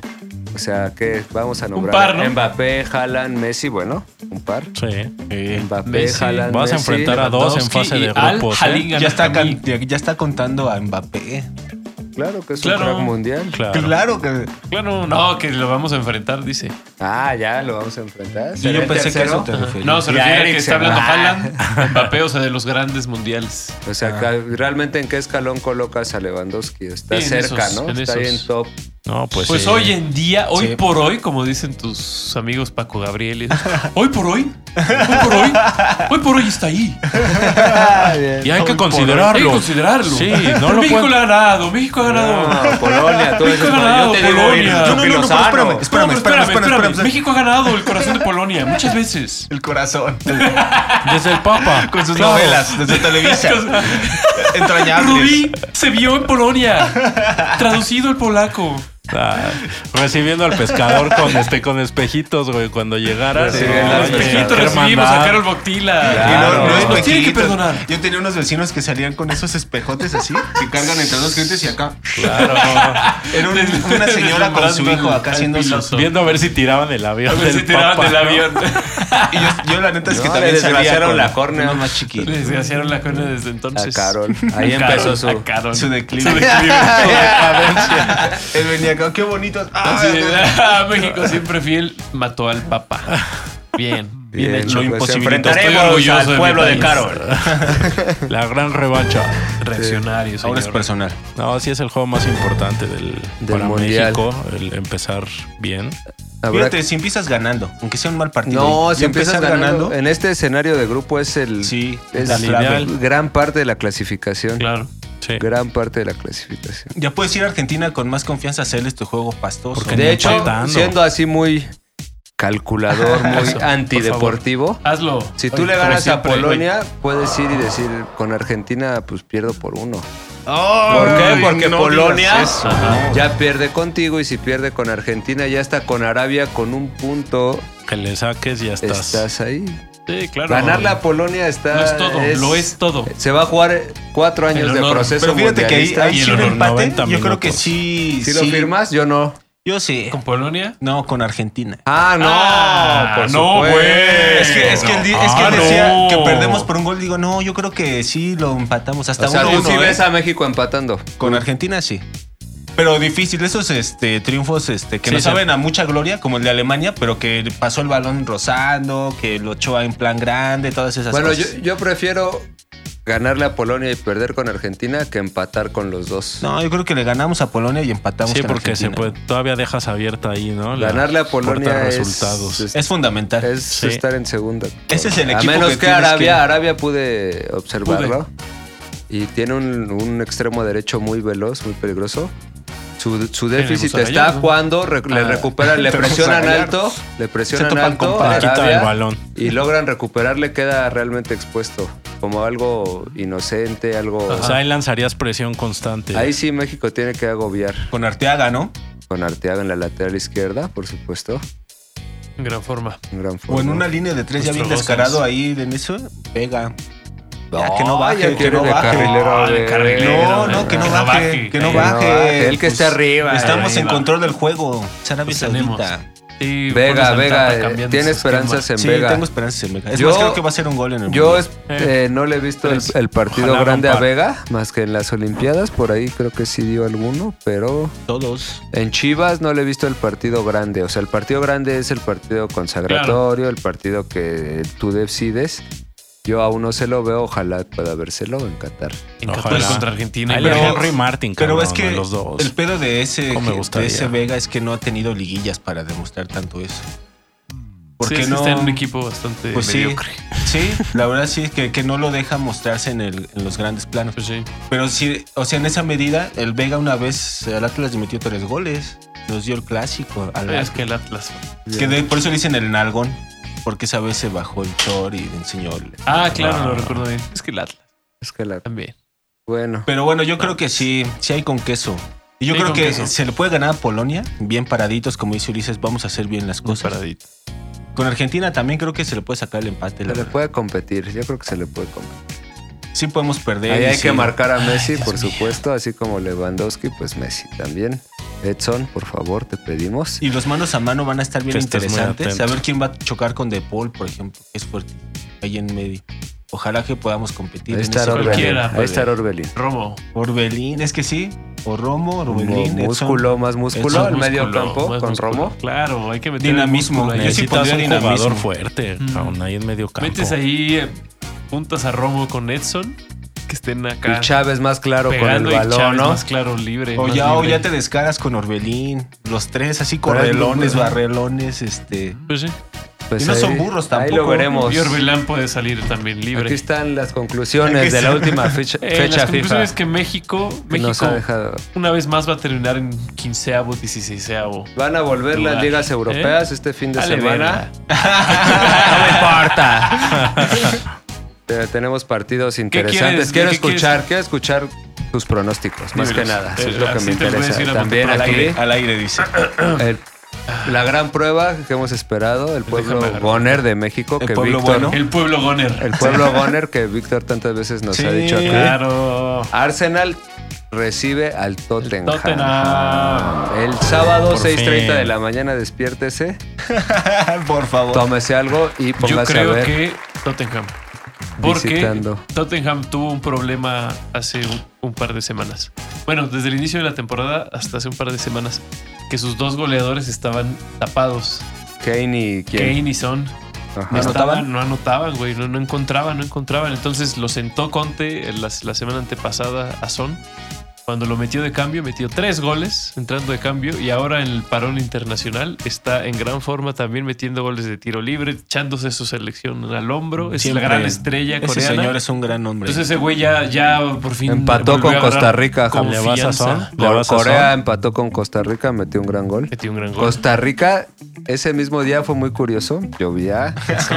Speaker 4: O sea, ¿qué vamos a nombrar?
Speaker 3: par, ¿no?
Speaker 4: Mbappé, Haaland, Messi, bueno, un par.
Speaker 6: Sí.
Speaker 4: Mbappé,
Speaker 3: Messi.
Speaker 4: Haaland,
Speaker 6: Vas a
Speaker 4: Messi,
Speaker 6: enfrentar a dos en
Speaker 3: Lewandowski
Speaker 6: fase de
Speaker 3: y Al
Speaker 6: grupos. ¿eh?
Speaker 3: Jalil.
Speaker 5: ya, está
Speaker 3: Camil.
Speaker 5: can- ya, ya está contando a Mbappé.
Speaker 4: Claro que es
Speaker 3: Claro.
Speaker 4: un crack mundial.
Speaker 6: Claro.
Speaker 5: Claro, que.
Speaker 3: Claro, no, que lo vamos a enfrentar, dice.
Speaker 4: Ah, ya lo vamos a enfrentar.
Speaker 5: Yo,
Speaker 4: ¿Será el
Speaker 5: pensé que a eso
Speaker 4: tercero?
Speaker 5: te refería.
Speaker 3: No, se
Speaker 4: Y a
Speaker 3: refiere a que
Speaker 4: Pues Eriksen.
Speaker 3: está hablando
Speaker 4: Ah.
Speaker 3: Haaland, Mbappé, o sea, de los grandes mundiales.
Speaker 4: O sea, realmente en qué escalón colocas a Lewandowski. Está
Speaker 3: Sí, en
Speaker 4: cerca,
Speaker 3: esos,
Speaker 4: ¿no?
Speaker 3: en
Speaker 4: Está
Speaker 3: esos.
Speaker 4: bien top.
Speaker 6: No, pues.
Speaker 3: Pues
Speaker 6: sí.
Speaker 3: hoy en día, hoy
Speaker 5: Sí.
Speaker 3: por hoy, como dicen tus amigos Paco Gabrieles, hoy por hoy, hoy por hoy, hoy por hoy está ahí.
Speaker 6: Y hay
Speaker 3: Hoy
Speaker 6: que
Speaker 3: por hoy.
Speaker 6: considerarlo.
Speaker 3: Hay que considerarlo.
Speaker 6: Sí, no
Speaker 3: Pero
Speaker 6: lo
Speaker 3: México
Speaker 6: pueden-
Speaker 3: le ha ganado, México ha ganado.
Speaker 4: No, Polonia, tú
Speaker 3: México
Speaker 4: eres
Speaker 3: ha ganado,
Speaker 4: yo te digo,
Speaker 3: Polonia.
Speaker 4: el
Speaker 3: No, no, no,
Speaker 4: Chucky
Speaker 5: pero
Speaker 4: Lozano.
Speaker 5: espérame, espérame.
Speaker 3: No, pero espérame, espérame,
Speaker 5: espérame.
Speaker 3: México ha ganado el corazón de Polonia muchas veces.
Speaker 5: El corazón.
Speaker 6: Desde el Papa.
Speaker 5: Con sus
Speaker 6: Claro.
Speaker 5: novelas, desde Televisa. Entrañables.
Speaker 3: Rubí se vio en Polonia, traducido al polaco.
Speaker 6: Ah, recibiendo al pescador con este con espejitos, güey, cuando llegara.
Speaker 4: Sí,
Speaker 6: No,
Speaker 4: al
Speaker 6: oye,
Speaker 4: espejito
Speaker 6: qué
Speaker 3: Espejito, recibimos
Speaker 6: hermandad.
Speaker 3: a Carol Boctila.
Speaker 5: Y
Speaker 4: Claro. Pues
Speaker 5: no- no
Speaker 4: Nos
Speaker 5: espejitos.
Speaker 3: tiene que perdonar.
Speaker 5: Yo tenía unos vecinos que salían con esos espejotes así, que cargan entre dos clientes y acá.
Speaker 6: Claro.
Speaker 5: Era un- una señora con su hijo acá haciendo sus.
Speaker 3: piloto.
Speaker 6: Viendo a ver si tiraban el avión.
Speaker 3: A ver
Speaker 6: del
Speaker 3: si tiraban
Speaker 6: Papa,
Speaker 3: del
Speaker 6: ¿no?
Speaker 3: avión.
Speaker 5: Y yo, yo la neta es que
Speaker 4: No,
Speaker 5: también
Speaker 4: le
Speaker 5: salía
Speaker 4: desgraciaron
Speaker 5: con
Speaker 4: la córnea.
Speaker 5: uno más chiquito.
Speaker 3: Les desgraciaron la cone desde
Speaker 4: A
Speaker 3: entonces.
Speaker 4: Carol. Ahí
Speaker 3: A
Speaker 4: empezó
Speaker 3: Carol,
Speaker 4: su.
Speaker 3: a Carol.
Speaker 5: Su declive.
Speaker 3: Su declive.
Speaker 5: Él venía acá, qué bonito. Ah,
Speaker 3: Así de, "Ah, México siempre fiel mató al papa. Bien.
Speaker 4: Bien,
Speaker 5: Bien hecho,
Speaker 4: lo
Speaker 5: pues,
Speaker 4: imposible.
Speaker 5: enfrentaremos
Speaker 3: Estoy orgulloso de mi país.
Speaker 4: pues.
Speaker 6: La gran revancha.
Speaker 3: Reaccionario,
Speaker 5: Ahora es
Speaker 3: señor.
Speaker 5: personal.
Speaker 6: No, sí es el juego más importante del,
Speaker 4: Del
Speaker 6: para
Speaker 4: Mundial.
Speaker 6: México. El empezar bien.
Speaker 4: Habrá-
Speaker 5: Fíjate, si empiezas ganando, aunque sea un mal partido.
Speaker 4: No,
Speaker 5: y
Speaker 4: si empiezas ganando, en este escenario de grupo es el
Speaker 5: sí,
Speaker 4: es
Speaker 5: la
Speaker 6: la
Speaker 5: clave.
Speaker 6: lineal.
Speaker 4: gran parte de la clasificación.
Speaker 3: Claro.
Speaker 6: Sí.
Speaker 4: Gran parte de la clasificación.
Speaker 5: Ya puedes ir a Argentina con más confianza a hacerles tu juego pastoso.
Speaker 6: Porque
Speaker 4: De
Speaker 6: no
Speaker 4: hecho,
Speaker 6: faltando.
Speaker 4: siendo así muy calculador, muy antideportivo,
Speaker 3: Hazlo.
Speaker 4: si tú
Speaker 3: Oye,
Speaker 4: le ganas
Speaker 3: como
Speaker 4: a
Speaker 3: siempre,
Speaker 4: Polonia, puedes ir y decir con Argentina, pues pierdo por uno.
Speaker 5: Oh,
Speaker 4: ¿Por qué? Porque
Speaker 5: no
Speaker 4: Polonia
Speaker 5: digas eso.
Speaker 3: Ajá.
Speaker 4: ya pierde contigo y si pierde con Argentina, ya está con Arabia con un punto,
Speaker 6: Que le saques y ya estás.
Speaker 4: estás ahí.
Speaker 3: güey. Sí, claro.
Speaker 4: Ganarle a Polonia está.
Speaker 3: Lo es todo, lo es todo.
Speaker 4: Se va a jugar cuatro años
Speaker 3: El
Speaker 4: de
Speaker 3: honor.
Speaker 4: proceso.
Speaker 5: Pero fíjate que ahí,
Speaker 4: mundialista.
Speaker 5: ahí
Speaker 3: Y
Speaker 5: sí
Speaker 3: el
Speaker 5: un
Speaker 3: honor,
Speaker 5: empate.
Speaker 6: 90
Speaker 5: Yo creo que
Speaker 6: minutos.
Speaker 5: sí.
Speaker 4: Si
Speaker 5: sí.
Speaker 4: lo firmas, yo no.
Speaker 5: Yo sí.
Speaker 3: ¿Con Polonia?
Speaker 5: No, con Argentina.
Speaker 4: Ah, no.
Speaker 3: Ah,
Speaker 4: por
Speaker 3: no,
Speaker 4: supuesto.
Speaker 3: güey.
Speaker 5: Es que, es que, el di- es que
Speaker 3: Ah,
Speaker 5: él decía
Speaker 3: no.
Speaker 5: que perdemos por un gol. Digo, no, yo creo que sí lo empatamos. Hasta
Speaker 4: O sea,
Speaker 5: uno,
Speaker 4: tú
Speaker 5: uno,
Speaker 4: sí
Speaker 5: ¿eh?
Speaker 4: ves a México empatando.
Speaker 5: Con Argentina sí. Pero difícil, esos este, triunfos este, que
Speaker 3: Sí,
Speaker 5: no
Speaker 3: sí.
Speaker 5: saben a mucha gloria, como el de Alemania, pero que pasó el balón rozando, que lo choa en plan grande, todas esas
Speaker 4: Bueno, yo,
Speaker 5: cosas.
Speaker 4: yo prefiero ganarle a Polonia y perder con Argentina que empatar con los dos.
Speaker 5: No, yo creo que le ganamos a Polonia y empatamos
Speaker 6: Sí,
Speaker 5: con
Speaker 6: porque se
Speaker 5: Argentina.
Speaker 6: puede, todavía dejas abierta ahí, ¿no? La
Speaker 4: Ganarle a
Speaker 6: puerta
Speaker 4: Polonia
Speaker 6: de
Speaker 4: es,
Speaker 6: resultados.
Speaker 4: es-
Speaker 5: Es fundamental.
Speaker 4: es
Speaker 6: Sí.
Speaker 4: estar en segunda.
Speaker 5: Ese es el
Speaker 4: A
Speaker 5: equipo
Speaker 4: menos
Speaker 5: que
Speaker 4: que,
Speaker 5: tienes
Speaker 4: Arabia,
Speaker 5: que-
Speaker 4: Arabia pude observarlo. Y tiene un, un extremo derecho muy veloz, muy peligroso. Su, su déficit
Speaker 3: a
Speaker 4: está
Speaker 3: Gallardo.
Speaker 4: cuando rec- le
Speaker 5: Ah,
Speaker 4: recuperan, le
Speaker 5: tenemos a
Speaker 4: presionan
Speaker 5: Gallardo.
Speaker 4: alto, le presionan
Speaker 5: topan
Speaker 4: alto
Speaker 5: con
Speaker 4: a
Speaker 5: pared.
Speaker 6: Quita
Speaker 4: Arabia,
Speaker 6: el balón.
Speaker 4: y logran recuperarle, queda realmente expuesto como algo inocente, algo...
Speaker 6: O sea, ahí lanzarías presión constante.
Speaker 4: Ahí sí México tiene que agobiar
Speaker 5: Con Arteaga, ¿no?
Speaker 4: con Arteaga en la lateral izquierda, por supuesto.
Speaker 3: En gran forma.
Speaker 4: Un gran forma.
Speaker 5: O en una línea de tres ya bien
Speaker 3: Nuestro
Speaker 5: descarado
Speaker 3: Gozas.
Speaker 5: ahí en eso, pega.
Speaker 4: No,
Speaker 5: Ya, que no baje,
Speaker 4: ya
Speaker 5: que
Speaker 4: quiere
Speaker 5: no
Speaker 4: de
Speaker 5: baje.
Speaker 4: carrilero.
Speaker 3: Ah, de
Speaker 4: eh.
Speaker 3: carrilero.
Speaker 5: No, no, que no
Speaker 3: Que no
Speaker 5: baje,
Speaker 3: baje.
Speaker 5: que eh, no
Speaker 3: Que no
Speaker 5: baje. pues,
Speaker 4: baje. Pues, Él que esté arriba.
Speaker 5: Estamos
Speaker 3: Ahí
Speaker 5: en
Speaker 3: va.
Speaker 5: control del juego. Arabia
Speaker 3: Pues tenemos.
Speaker 5: Saudita.
Speaker 3: Sí, Polonia
Speaker 4: Vega,
Speaker 3: está
Speaker 4: Vega, eh,
Speaker 3: cambiando
Speaker 4: tiene
Speaker 3: su esquema.
Speaker 4: esperanzas en
Speaker 5: Sí,
Speaker 4: Vega.
Speaker 5: tengo este esperanzas en Vega. Es
Speaker 4: Yo-
Speaker 5: más, creo que va a ser un gol en el
Speaker 4: Yo
Speaker 5: Mundial.
Speaker 4: es- eh, no le he visto el,
Speaker 6: Tres.
Speaker 4: el partido
Speaker 6: Ojalá
Speaker 4: grande a
Speaker 6: rompa.
Speaker 4: Vega, más que en las Olimpiadas, por ahí creo que sí dio alguno, pero
Speaker 5: Todos.
Speaker 4: en Chivas no le he visto el partido grande. O sea, el partido grande es el partido consagratorio, el partido que tú decides. Yo aún no se lo veo, ojalá pueda vérselo en Qatar.
Speaker 3: En Qatar
Speaker 6: Ojalá.
Speaker 3: contra Argentina.
Speaker 6: Ahí
Speaker 3: y
Speaker 6: le
Speaker 3: Bélgica.
Speaker 5: Pero-
Speaker 6: Henry Martin,
Speaker 5: Pero
Speaker 6: cabrón,
Speaker 5: es que
Speaker 6: a los dos.
Speaker 5: el pedo de ese,
Speaker 6: ¿Cómo me
Speaker 5: de
Speaker 6: gustaría?
Speaker 5: ese Vega es que no ha tenido liguillas para demostrar tanto eso.
Speaker 3: Sí,
Speaker 5: Porque
Speaker 3: sí
Speaker 5: no
Speaker 3: está en un equipo bastante
Speaker 5: Pues sí.
Speaker 3: mediocre.
Speaker 5: Sí, la verdad sí, que, que no lo deja mostrarse en, el, en los grandes planos.
Speaker 3: Pues sí.
Speaker 5: Pero sí, o sea, en esa medida, el Vega una vez al Atlas le metió tres goles. Nos dio el clásico. al
Speaker 3: Ah, Es
Speaker 5: Atlas.
Speaker 3: que el Atlas.
Speaker 5: que de- por eso le dicen el nalgón. Porque esa vez se bajó el chor y le enseñó. el-
Speaker 3: Ah, claro,
Speaker 6: Ah.
Speaker 3: lo recuerdo bien. Es que el Atlas
Speaker 4: Es que la...
Speaker 3: también.
Speaker 4: Bueno,
Speaker 5: Pero bueno, yo creo que sí, sí hay con queso. Y yo
Speaker 3: Sí hay
Speaker 5: creo
Speaker 3: con
Speaker 5: que
Speaker 3: queso.
Speaker 5: se le puede ganar a Polonia, bien paraditos, como dice Ulises, vamos a hacer bien las
Speaker 3: Muy
Speaker 5: cosas.
Speaker 3: paradito.
Speaker 5: Con Argentina también creo que se le puede sacar el empate.
Speaker 4: se
Speaker 5: la
Speaker 4: le
Speaker 5: verdad.
Speaker 4: puede competir, yo creo que se le puede competir.
Speaker 5: Sí podemos perder.
Speaker 4: Ahí
Speaker 5: y
Speaker 4: hay
Speaker 5: sí.
Speaker 4: que marcar a Messi,
Speaker 5: Dios
Speaker 4: por
Speaker 5: mío.
Speaker 4: supuesto, así como Lewandowski, pues Messi también. Edson, por favor, te pedimos.
Speaker 5: Y los manos a mano van a estar bien
Speaker 6: Que estés muy
Speaker 5: interesantes.
Speaker 6: atento.
Speaker 5: A ver quién va a chocar con De Paul, por ejemplo, que es fuerte. Ahí en medio. Ojalá que podamos competir. en
Speaker 4: Ahí está
Speaker 5: ese-
Speaker 3: Robert.
Speaker 4: Orbelín.
Speaker 3: cualquiera,
Speaker 4: Ahí está Orbelín.
Speaker 3: Romo.
Speaker 5: Orbelín, es que sí. O Romo, Orbelín,
Speaker 4: Como
Speaker 5: Edson.
Speaker 4: músculo, más músculo,
Speaker 5: Edson,
Speaker 4: el
Speaker 3: Más
Speaker 4: medio
Speaker 3: músculo,
Speaker 4: campo
Speaker 3: más
Speaker 4: con
Speaker 3: músculo.
Speaker 4: Romo.
Speaker 3: Claro, hay que meter
Speaker 5: Dinamismo.
Speaker 3: el músculo ahí.
Speaker 5: Yo sí
Speaker 6: Necesitas
Speaker 5: pondría
Speaker 6: un jugador
Speaker 5: dinamismo.
Speaker 6: fuerte,
Speaker 3: Mm.
Speaker 6: cabrón, ahí en medio campo.
Speaker 3: Metes ahí eh, puntas a Romo con Edson, que estén acá.
Speaker 4: Y Chávez más claro con el
Speaker 3: pegando y
Speaker 4: balón,
Speaker 3: Chávez
Speaker 4: ¿no?
Speaker 3: más claro, libre.
Speaker 5: O
Speaker 3: más
Speaker 5: ya, o
Speaker 3: libre.
Speaker 5: ya te descaras con Orbelín. Los tres así,
Speaker 4: Pero hay
Speaker 5: correlones,
Speaker 4: burros, ¿no?
Speaker 5: barrelones, este.
Speaker 3: Pues sí.
Speaker 4: Pues
Speaker 5: Y no son burros
Speaker 4: Ahí lo
Speaker 5: tampoco.
Speaker 4: veremos.
Speaker 3: Y Orbelán puede salir también libre.
Speaker 4: Aquí están las conclusiones
Speaker 5: Aquí
Speaker 4: de la
Speaker 5: está.
Speaker 4: última fecha,
Speaker 3: Eh,
Speaker 4: fecha
Speaker 3: las conclusiones
Speaker 4: FIFA.
Speaker 3: que México,
Speaker 4: que nos ha
Speaker 3: México
Speaker 4: dejado.
Speaker 3: una vez más va a terminar en quinceavo, dieciséisavo.
Speaker 4: Van a volver las
Speaker 3: Lugar.
Speaker 4: ligas europeas
Speaker 3: ¿Eh?
Speaker 4: este fin de
Speaker 3: Dale,
Speaker 4: semana.
Speaker 3: verga.
Speaker 4: Te- Tenemos partidos
Speaker 3: quieres?
Speaker 4: interesantes. Quiero
Speaker 3: ¿Qué
Speaker 4: escuchar, quiero escuchar tus pronósticos, más que
Speaker 3: Dímelos.
Speaker 4: nada. Eso es
Speaker 3: Eh,
Speaker 4: lo que
Speaker 3: así
Speaker 4: me
Speaker 3: te voy a decir
Speaker 4: interesa.
Speaker 3: a
Speaker 4: También
Speaker 3: Monterrey.
Speaker 5: Al
Speaker 4: aquí
Speaker 5: aire, al aire dice.
Speaker 4: el- la gran prueba que hemos esperado, el
Speaker 3: Pues
Speaker 4: pueblo
Speaker 3: Déjame agarrar.
Speaker 4: goner de México,
Speaker 5: El
Speaker 4: que
Speaker 5: pueblo
Speaker 4: Víctor,
Speaker 5: bueno.
Speaker 3: El pueblo goner.
Speaker 4: el pueblo goner que Víctor tantas veces nos
Speaker 5: Sí,
Speaker 4: ha dicho aquí.
Speaker 3: Claro.
Speaker 4: Arsenal recibe al Tottenham.
Speaker 3: Tottenham.
Speaker 4: El sábado
Speaker 3: Por
Speaker 4: 6:30
Speaker 3: fin.
Speaker 4: de la mañana despiértese,
Speaker 5: Por favor.
Speaker 4: tómese algo y
Speaker 3: Yo
Speaker 4: póngase a
Speaker 3: creo
Speaker 4: ver
Speaker 3: que Tottenham. Porque
Speaker 4: visitando.
Speaker 3: Tottenham tuvo un problema hace un, un par de semanas. Bueno, desde el inicio de la temporada hasta hace un par de semanas, que sus dos goleadores estaban tapados.
Speaker 4: Kane y quién.
Speaker 3: Kane y Son.
Speaker 4: Ajá.
Speaker 3: No
Speaker 5: anotaban?
Speaker 3: estaban- no anotaban, güey. No, no encontraban, no encontraban. Entonces lo sentó Conte en las- la, semana antepasada a Son. Cuando lo metió de cambio, metió tres goles entrando de cambio. Y ahora en el parón internacional está en gran forma también metiendo goles de tiro libre, echándose su selección al hombro. Es
Speaker 5: Siempre.
Speaker 3: la gran estrella
Speaker 5: Ese
Speaker 3: coreana.
Speaker 5: señor es un gran hombre.
Speaker 3: Entonces ese güey ya, ya por fin
Speaker 4: Empató
Speaker 3: volvió
Speaker 4: con
Speaker 3: a agarrar
Speaker 4: Costa Rica, Jaime.
Speaker 6: ¿Le vas a
Speaker 3: confianza.
Speaker 6: Son?
Speaker 4: Cor-
Speaker 6: ¿Le vas a
Speaker 4: Corea
Speaker 6: Son?
Speaker 4: empató con Costa Rica, metió un gran gol.
Speaker 3: Metió un gran gol.
Speaker 4: Costa Rica, ese mismo día fue muy curioso. Llovía.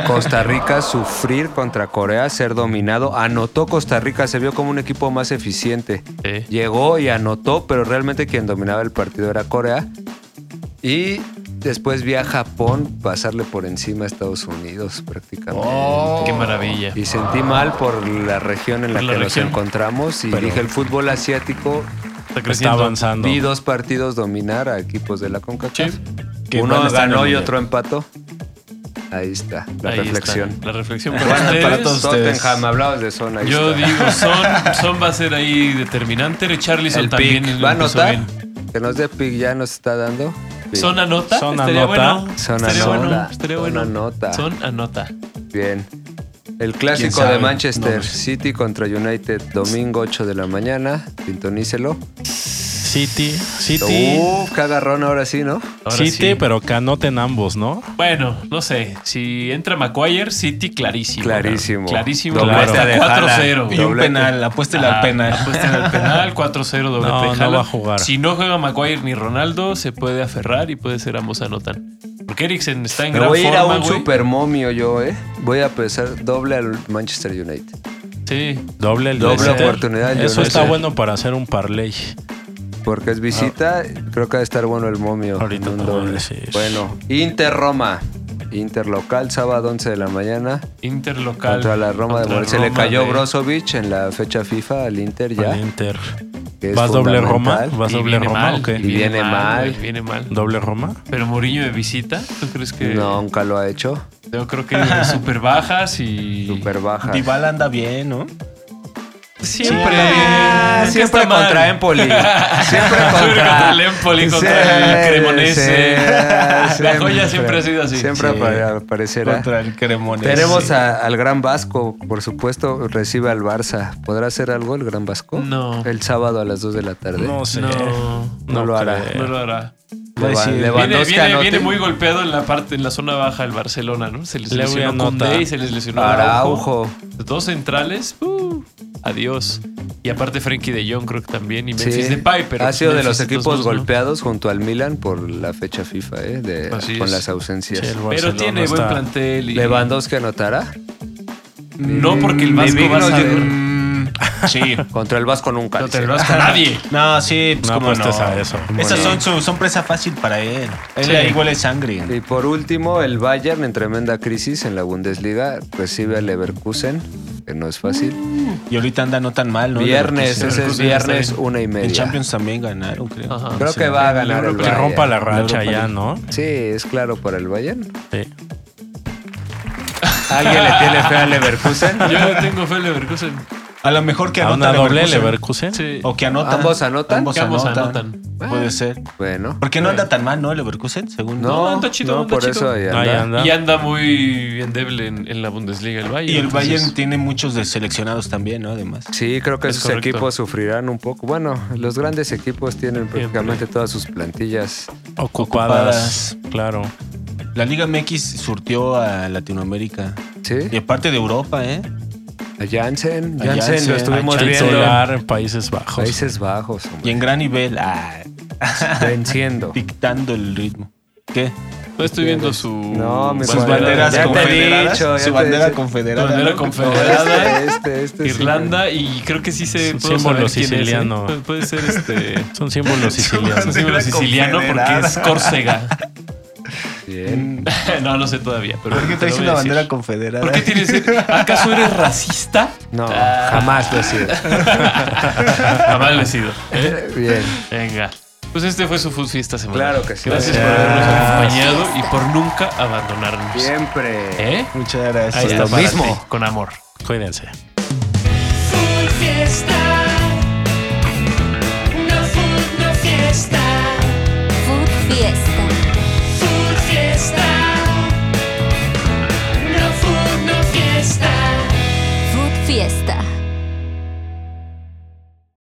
Speaker 4: Costa Rica sufrir contra Corea, ser dominado. Anotó Costa Rica, se vio como un equipo más eficiente.
Speaker 3: Sí.
Speaker 4: Llegó y anotó, pero realmente quien dominaba el partido era Corea. Y después vi a Japón pasarle por encima a Estados Unidos prácticamente.
Speaker 3: Qué maravilla.
Speaker 4: Y sentí mal por la región en la,
Speaker 3: Por la
Speaker 4: que
Speaker 3: región.
Speaker 4: nos encontramos y
Speaker 6: Pero-
Speaker 4: dije el fútbol asiático
Speaker 3: Está
Speaker 6: Está
Speaker 3: creciendo.
Speaker 6: avanzando.
Speaker 4: vi dos partidos dominar a equipos de la CONCACAF.
Speaker 3: Sí.
Speaker 5: Que van a
Speaker 4: Uno
Speaker 5: estar en
Speaker 4: ganó
Speaker 5: el
Speaker 4: y
Speaker 5: mundial.
Speaker 4: otro empató. Ahí está la
Speaker 3: Ahí está,
Speaker 4: reflexión.
Speaker 3: La reflexión para
Speaker 4: Bueno, para
Speaker 3: ustedes.
Speaker 4: todos
Speaker 5: ustedes.
Speaker 4: Tottenham, hablabas de zona. ahí
Speaker 3: Yo
Speaker 4: está.
Speaker 3: digo, Son, Son va a ser ahí determinante. Richarlison
Speaker 4: el
Speaker 3: también
Speaker 4: pick. ¿Va a
Speaker 3: empezó
Speaker 4: anotar?
Speaker 3: bien.
Speaker 4: Que nos dé pick, ya nos está dando. Pick.
Speaker 3: Son anota.
Speaker 6: Son
Speaker 3: estaría
Speaker 6: anota.
Speaker 3: bueno.
Speaker 4: Son
Speaker 3: estaría
Speaker 4: anota.
Speaker 3: bueno. Estaría
Speaker 4: Son
Speaker 3: bueno.
Speaker 4: anota.
Speaker 3: Son anota.
Speaker 4: Bien.
Speaker 5: ¿Quién
Speaker 4: El clásico
Speaker 5: sabe?
Speaker 4: de Manchester
Speaker 5: No, no sé.
Speaker 4: City contra United, domingo 8 de la mañana. Sintonícelo.
Speaker 6: City, City,
Speaker 4: Uh, qué agarrón ahora sí, ¿no?
Speaker 3: Ahora
Speaker 6: City,
Speaker 3: sí.
Speaker 6: pero que anoten ambos, ¿no?
Speaker 3: Bueno, no sé. Si entra McGuire, City clarísimo.
Speaker 4: Clarísimo.
Speaker 3: cabrón. Clarísimo.
Speaker 4: Doblete
Speaker 3: Hasta
Speaker 4: de Haaland.
Speaker 3: 4-0.
Speaker 5: Y un
Speaker 4: Doblete.
Speaker 5: penal, apuéstele
Speaker 3: Ah,
Speaker 5: al penal.
Speaker 3: apuesten al penal, 4-0 doblete
Speaker 6: No,
Speaker 3: de
Speaker 6: no
Speaker 3: Haaland.
Speaker 6: va a jugar.
Speaker 3: Si no juega Maguire ni Ronaldo, se puede aferrar y puede ser ambos anotan. Porque Eriksen está en
Speaker 4: Me
Speaker 3: gran
Speaker 4: voy a ir a
Speaker 3: forma,
Speaker 4: un
Speaker 3: güey.
Speaker 4: supermomio yo, ¿eh? Voy a pesar doble al Manchester United.
Speaker 3: Sí.
Speaker 6: Doble el
Speaker 4: Doble
Speaker 6: Leicester.
Speaker 4: oportunidad, yo
Speaker 6: Eso
Speaker 4: no
Speaker 6: está
Speaker 4: sé.
Speaker 6: bueno para hacer un parlay.
Speaker 4: Porque es visita,
Speaker 3: Ah.
Speaker 4: creo que ha de estar bueno el momio.
Speaker 6: Ahorita
Speaker 4: en un
Speaker 6: te voy a
Speaker 4: doble.
Speaker 6: decir.
Speaker 4: Bueno, Inter Roma. Inter local, sábado 11 de la mañana.
Speaker 3: Interlocal.
Speaker 4: contra la Roma de
Speaker 3: Contra
Speaker 4: Morelia. Se le
Speaker 3: Roma
Speaker 4: cayó
Speaker 3: de-
Speaker 4: Brozovic en la fecha FIFA al Inter ya.
Speaker 6: Al Inter.
Speaker 4: que es
Speaker 6: ¿Vas doble Roma?
Speaker 4: fundamental.
Speaker 6: ¿Vas
Speaker 3: Y
Speaker 6: doble
Speaker 3: viene
Speaker 6: Roma
Speaker 3: mal,
Speaker 6: o qué?
Speaker 3: y
Speaker 4: Y viene mal.
Speaker 3: güey, Viene mal.
Speaker 6: ¿Doble Roma?
Speaker 3: Pero Mourinho de visita, ¿tú crees que?
Speaker 4: No, nunca lo ha hecho.
Speaker 3: Yo creo que de súper bajas y.
Speaker 4: Super baja.
Speaker 5: Dybala anda bien, ¿no?
Speaker 3: Siempre.
Speaker 4: Ah,
Speaker 3: Nunca
Speaker 4: siempre
Speaker 3: está mal.
Speaker 4: contra Empoli. Siempre
Speaker 3: Siempre
Speaker 4: contra
Speaker 3: contra el Empoli, contra el Cremonese. La joya siempre ha sido así.
Speaker 4: Siempre
Speaker 5: Sí.
Speaker 4: apare- aparecerá.
Speaker 5: Contra el Cremonese.
Speaker 4: Tenemos a- al Gran Vasco, por supuesto, recibe al Barça. ¿Podrá hacer algo el Gran Vasco?
Speaker 3: No.
Speaker 4: El sábado a las 2 de la tarde.
Speaker 6: No sé.
Speaker 3: No.
Speaker 4: No lo hará.
Speaker 6: creo.
Speaker 3: No lo hará.
Speaker 5: Va a
Speaker 4: Leva-
Speaker 5: decir,
Speaker 3: Viene,
Speaker 4: Eh, Lewandowski
Speaker 3: viene,
Speaker 4: anote.
Speaker 3: viene muy golpeado en la parte, en la zona baja del Barcelona, ¿no? Se les
Speaker 6: Le voy a
Speaker 3: lesionó
Speaker 6: anotar.
Speaker 3: Koundé y se les lesionó Araujo.
Speaker 4: Araujo.
Speaker 3: Dos centrales. uh, adiós. Y aparte Frenkie de Jong creo que también y
Speaker 4: Sí.
Speaker 3: Memphis Depay, pero
Speaker 4: ha sido de los
Speaker 3: Memphis, estos
Speaker 4: equipos
Speaker 3: dos, ¿no?
Speaker 4: golpeados junto al Milan por la fecha FIFA, ¿eh? De-
Speaker 3: Así
Speaker 4: con
Speaker 3: es.
Speaker 4: las
Speaker 6: Sí,
Speaker 4: ausencias.
Speaker 6: el
Speaker 3: Pero
Speaker 6: Barcelona
Speaker 3: tiene buen
Speaker 6: está-
Speaker 3: plantel y
Speaker 4: Lewandowski anotará.
Speaker 3: No porque el
Speaker 4: Mi
Speaker 3: Vasco
Speaker 4: Big
Speaker 3: va a
Speaker 4: no
Speaker 3: saber.
Speaker 5: Sí.
Speaker 4: Contra el Vasco nunca.
Speaker 3: No te
Speaker 4: dice.
Speaker 3: lo vas con nadie.
Speaker 5: No, sí, pues
Speaker 6: No
Speaker 5: cómo no.
Speaker 6: apuestes a eso.
Speaker 5: Esas son
Speaker 4: Bueno.
Speaker 5: su, son presa fácil para él. Él
Speaker 3: Sí.
Speaker 5: ahí huele sangre.
Speaker 4: Y por último, el Bayern en tremenda crisis en la Bundesliga recibe al Leverkusen, que no es fácil.
Speaker 5: Y ahorita anda no tan mal, ¿no?
Speaker 4: Viernes,
Speaker 5: Leverkusen.
Speaker 4: ese es
Speaker 3: Leverkusen
Speaker 4: viernes
Speaker 3: está bien.
Speaker 4: una y
Speaker 5: En
Speaker 4: media.
Speaker 5: Champions también ganaron, creo.
Speaker 3: Ajá.
Speaker 4: Creo
Speaker 5: Sí.
Speaker 4: que va a ganar el
Speaker 3: Europa
Speaker 6: Que
Speaker 4: Bayern.
Speaker 6: rompa la racha
Speaker 5: Europa
Speaker 6: ya,
Speaker 5: League.
Speaker 6: ¿no?
Speaker 4: Sí, es claro para el Bayern.
Speaker 6: Sí.
Speaker 4: ¿Alguien le tiene fe al Leverkusen?
Speaker 3: Yo le tengo fe al Leverkusen.
Speaker 5: A lo mejor que
Speaker 6: a
Speaker 5: anota
Speaker 6: una doble
Speaker 5: Leverkusen.
Speaker 6: Leverkusen.
Speaker 3: Sí.
Speaker 5: O que anotan.
Speaker 4: ¿Ambos anotan?
Speaker 5: Ambos
Speaker 3: Que ambos
Speaker 5: anotan.
Speaker 3: anotan.
Speaker 5: Puede ser.
Speaker 4: Bueno.
Speaker 5: Porque no anda tan mal, ¿no? Leverkusen, según
Speaker 4: No,
Speaker 3: No, anda chido,
Speaker 4: no,
Speaker 3: anda
Speaker 4: por
Speaker 3: chido.
Speaker 4: eso ahí
Speaker 6: Ahí
Speaker 4: anda.
Speaker 6: anda.
Speaker 3: Y anda muy endeble en, en la Bundesliga el Bayern.
Speaker 5: Y el
Speaker 3: entonces-
Speaker 5: Bayern tiene muchos de seleccionados también, ¿no? Además.
Speaker 4: Sí, creo que
Speaker 3: Es
Speaker 4: esos
Speaker 3: correcto.
Speaker 4: equipos sufrirán un poco. Bueno, los grandes equipos tienen prácticamente todas sus plantillas.
Speaker 6: Ocupadas. Claro.
Speaker 5: La Liga MX surtió a Latinoamérica.
Speaker 4: Sí,
Speaker 5: Y aparte de Europa, ¿eh?
Speaker 4: a Janssen.
Speaker 5: A
Speaker 4: Janssen,
Speaker 5: Janssen,
Speaker 4: lo estuvimos
Speaker 5: a Janssen.
Speaker 4: viendo.
Speaker 6: Titular en Países Bajos.
Speaker 4: Países Bajos,
Speaker 5: Y
Speaker 4: hombre.
Speaker 5: en gran nivel. Ah,
Speaker 4: venciendo.
Speaker 5: dictando el ritmo. ¿Qué?
Speaker 3: No pues, estoy viendo su.
Speaker 4: No, mis
Speaker 5: Sus
Speaker 4: Bueno,
Speaker 5: banderas
Speaker 4: ya te he
Speaker 5: confederadas.
Speaker 4: dicho, ya
Speaker 5: su
Speaker 4: te
Speaker 5: bandera
Speaker 4: dije.
Speaker 5: confederada.
Speaker 3: Bandera
Speaker 5: ¿no?
Speaker 3: confederada.
Speaker 4: Este, este, este,
Speaker 3: Irlanda y creo que sí se
Speaker 6: Es un
Speaker 3: puedo
Speaker 6: símbolo
Speaker 3: saber quién es, ¿eh?
Speaker 6: siciliano.
Speaker 3: Pu- Puede ser este.
Speaker 6: Es un símbolo
Speaker 3: Es un
Speaker 6: siciliano.
Speaker 3: símbolo
Speaker 5: Bandera
Speaker 3: siciliano porque
Speaker 5: confederada.
Speaker 3: es Córcega.
Speaker 4: sí. Bien.
Speaker 3: no, no sé todavía. Pero
Speaker 5: ¿Por qué
Speaker 3: te
Speaker 5: traes
Speaker 3: lo voy
Speaker 5: una
Speaker 3: a decir.
Speaker 5: bandera confederada?
Speaker 3: ¿Por qué tienes.? ¿Acaso eres racista?
Speaker 4: No,
Speaker 3: Ah.
Speaker 4: jamás lo he sido.
Speaker 3: Jamás lo he sido. ¿eh?
Speaker 4: Bien.
Speaker 3: Venga. Pues este fue su Food Fiesta semana.
Speaker 4: Claro que sí.
Speaker 3: Gracias por habernos
Speaker 4: Gracias.
Speaker 3: acompañado y por nunca abandonarnos.
Speaker 4: Siempre.
Speaker 3: ¿Eh?
Speaker 5: Muchas gracias.
Speaker 3: Ahí está
Speaker 4: lo
Speaker 3: para
Speaker 4: mismo.
Speaker 3: ti, con amor.
Speaker 6: Cuídense.
Speaker 1: Food Fiesta. Una food, una fiesta.
Speaker 2: Food Fiesta.
Speaker 1: Food Fiesta. Una food, una fiesta.
Speaker 2: Food Fiesta.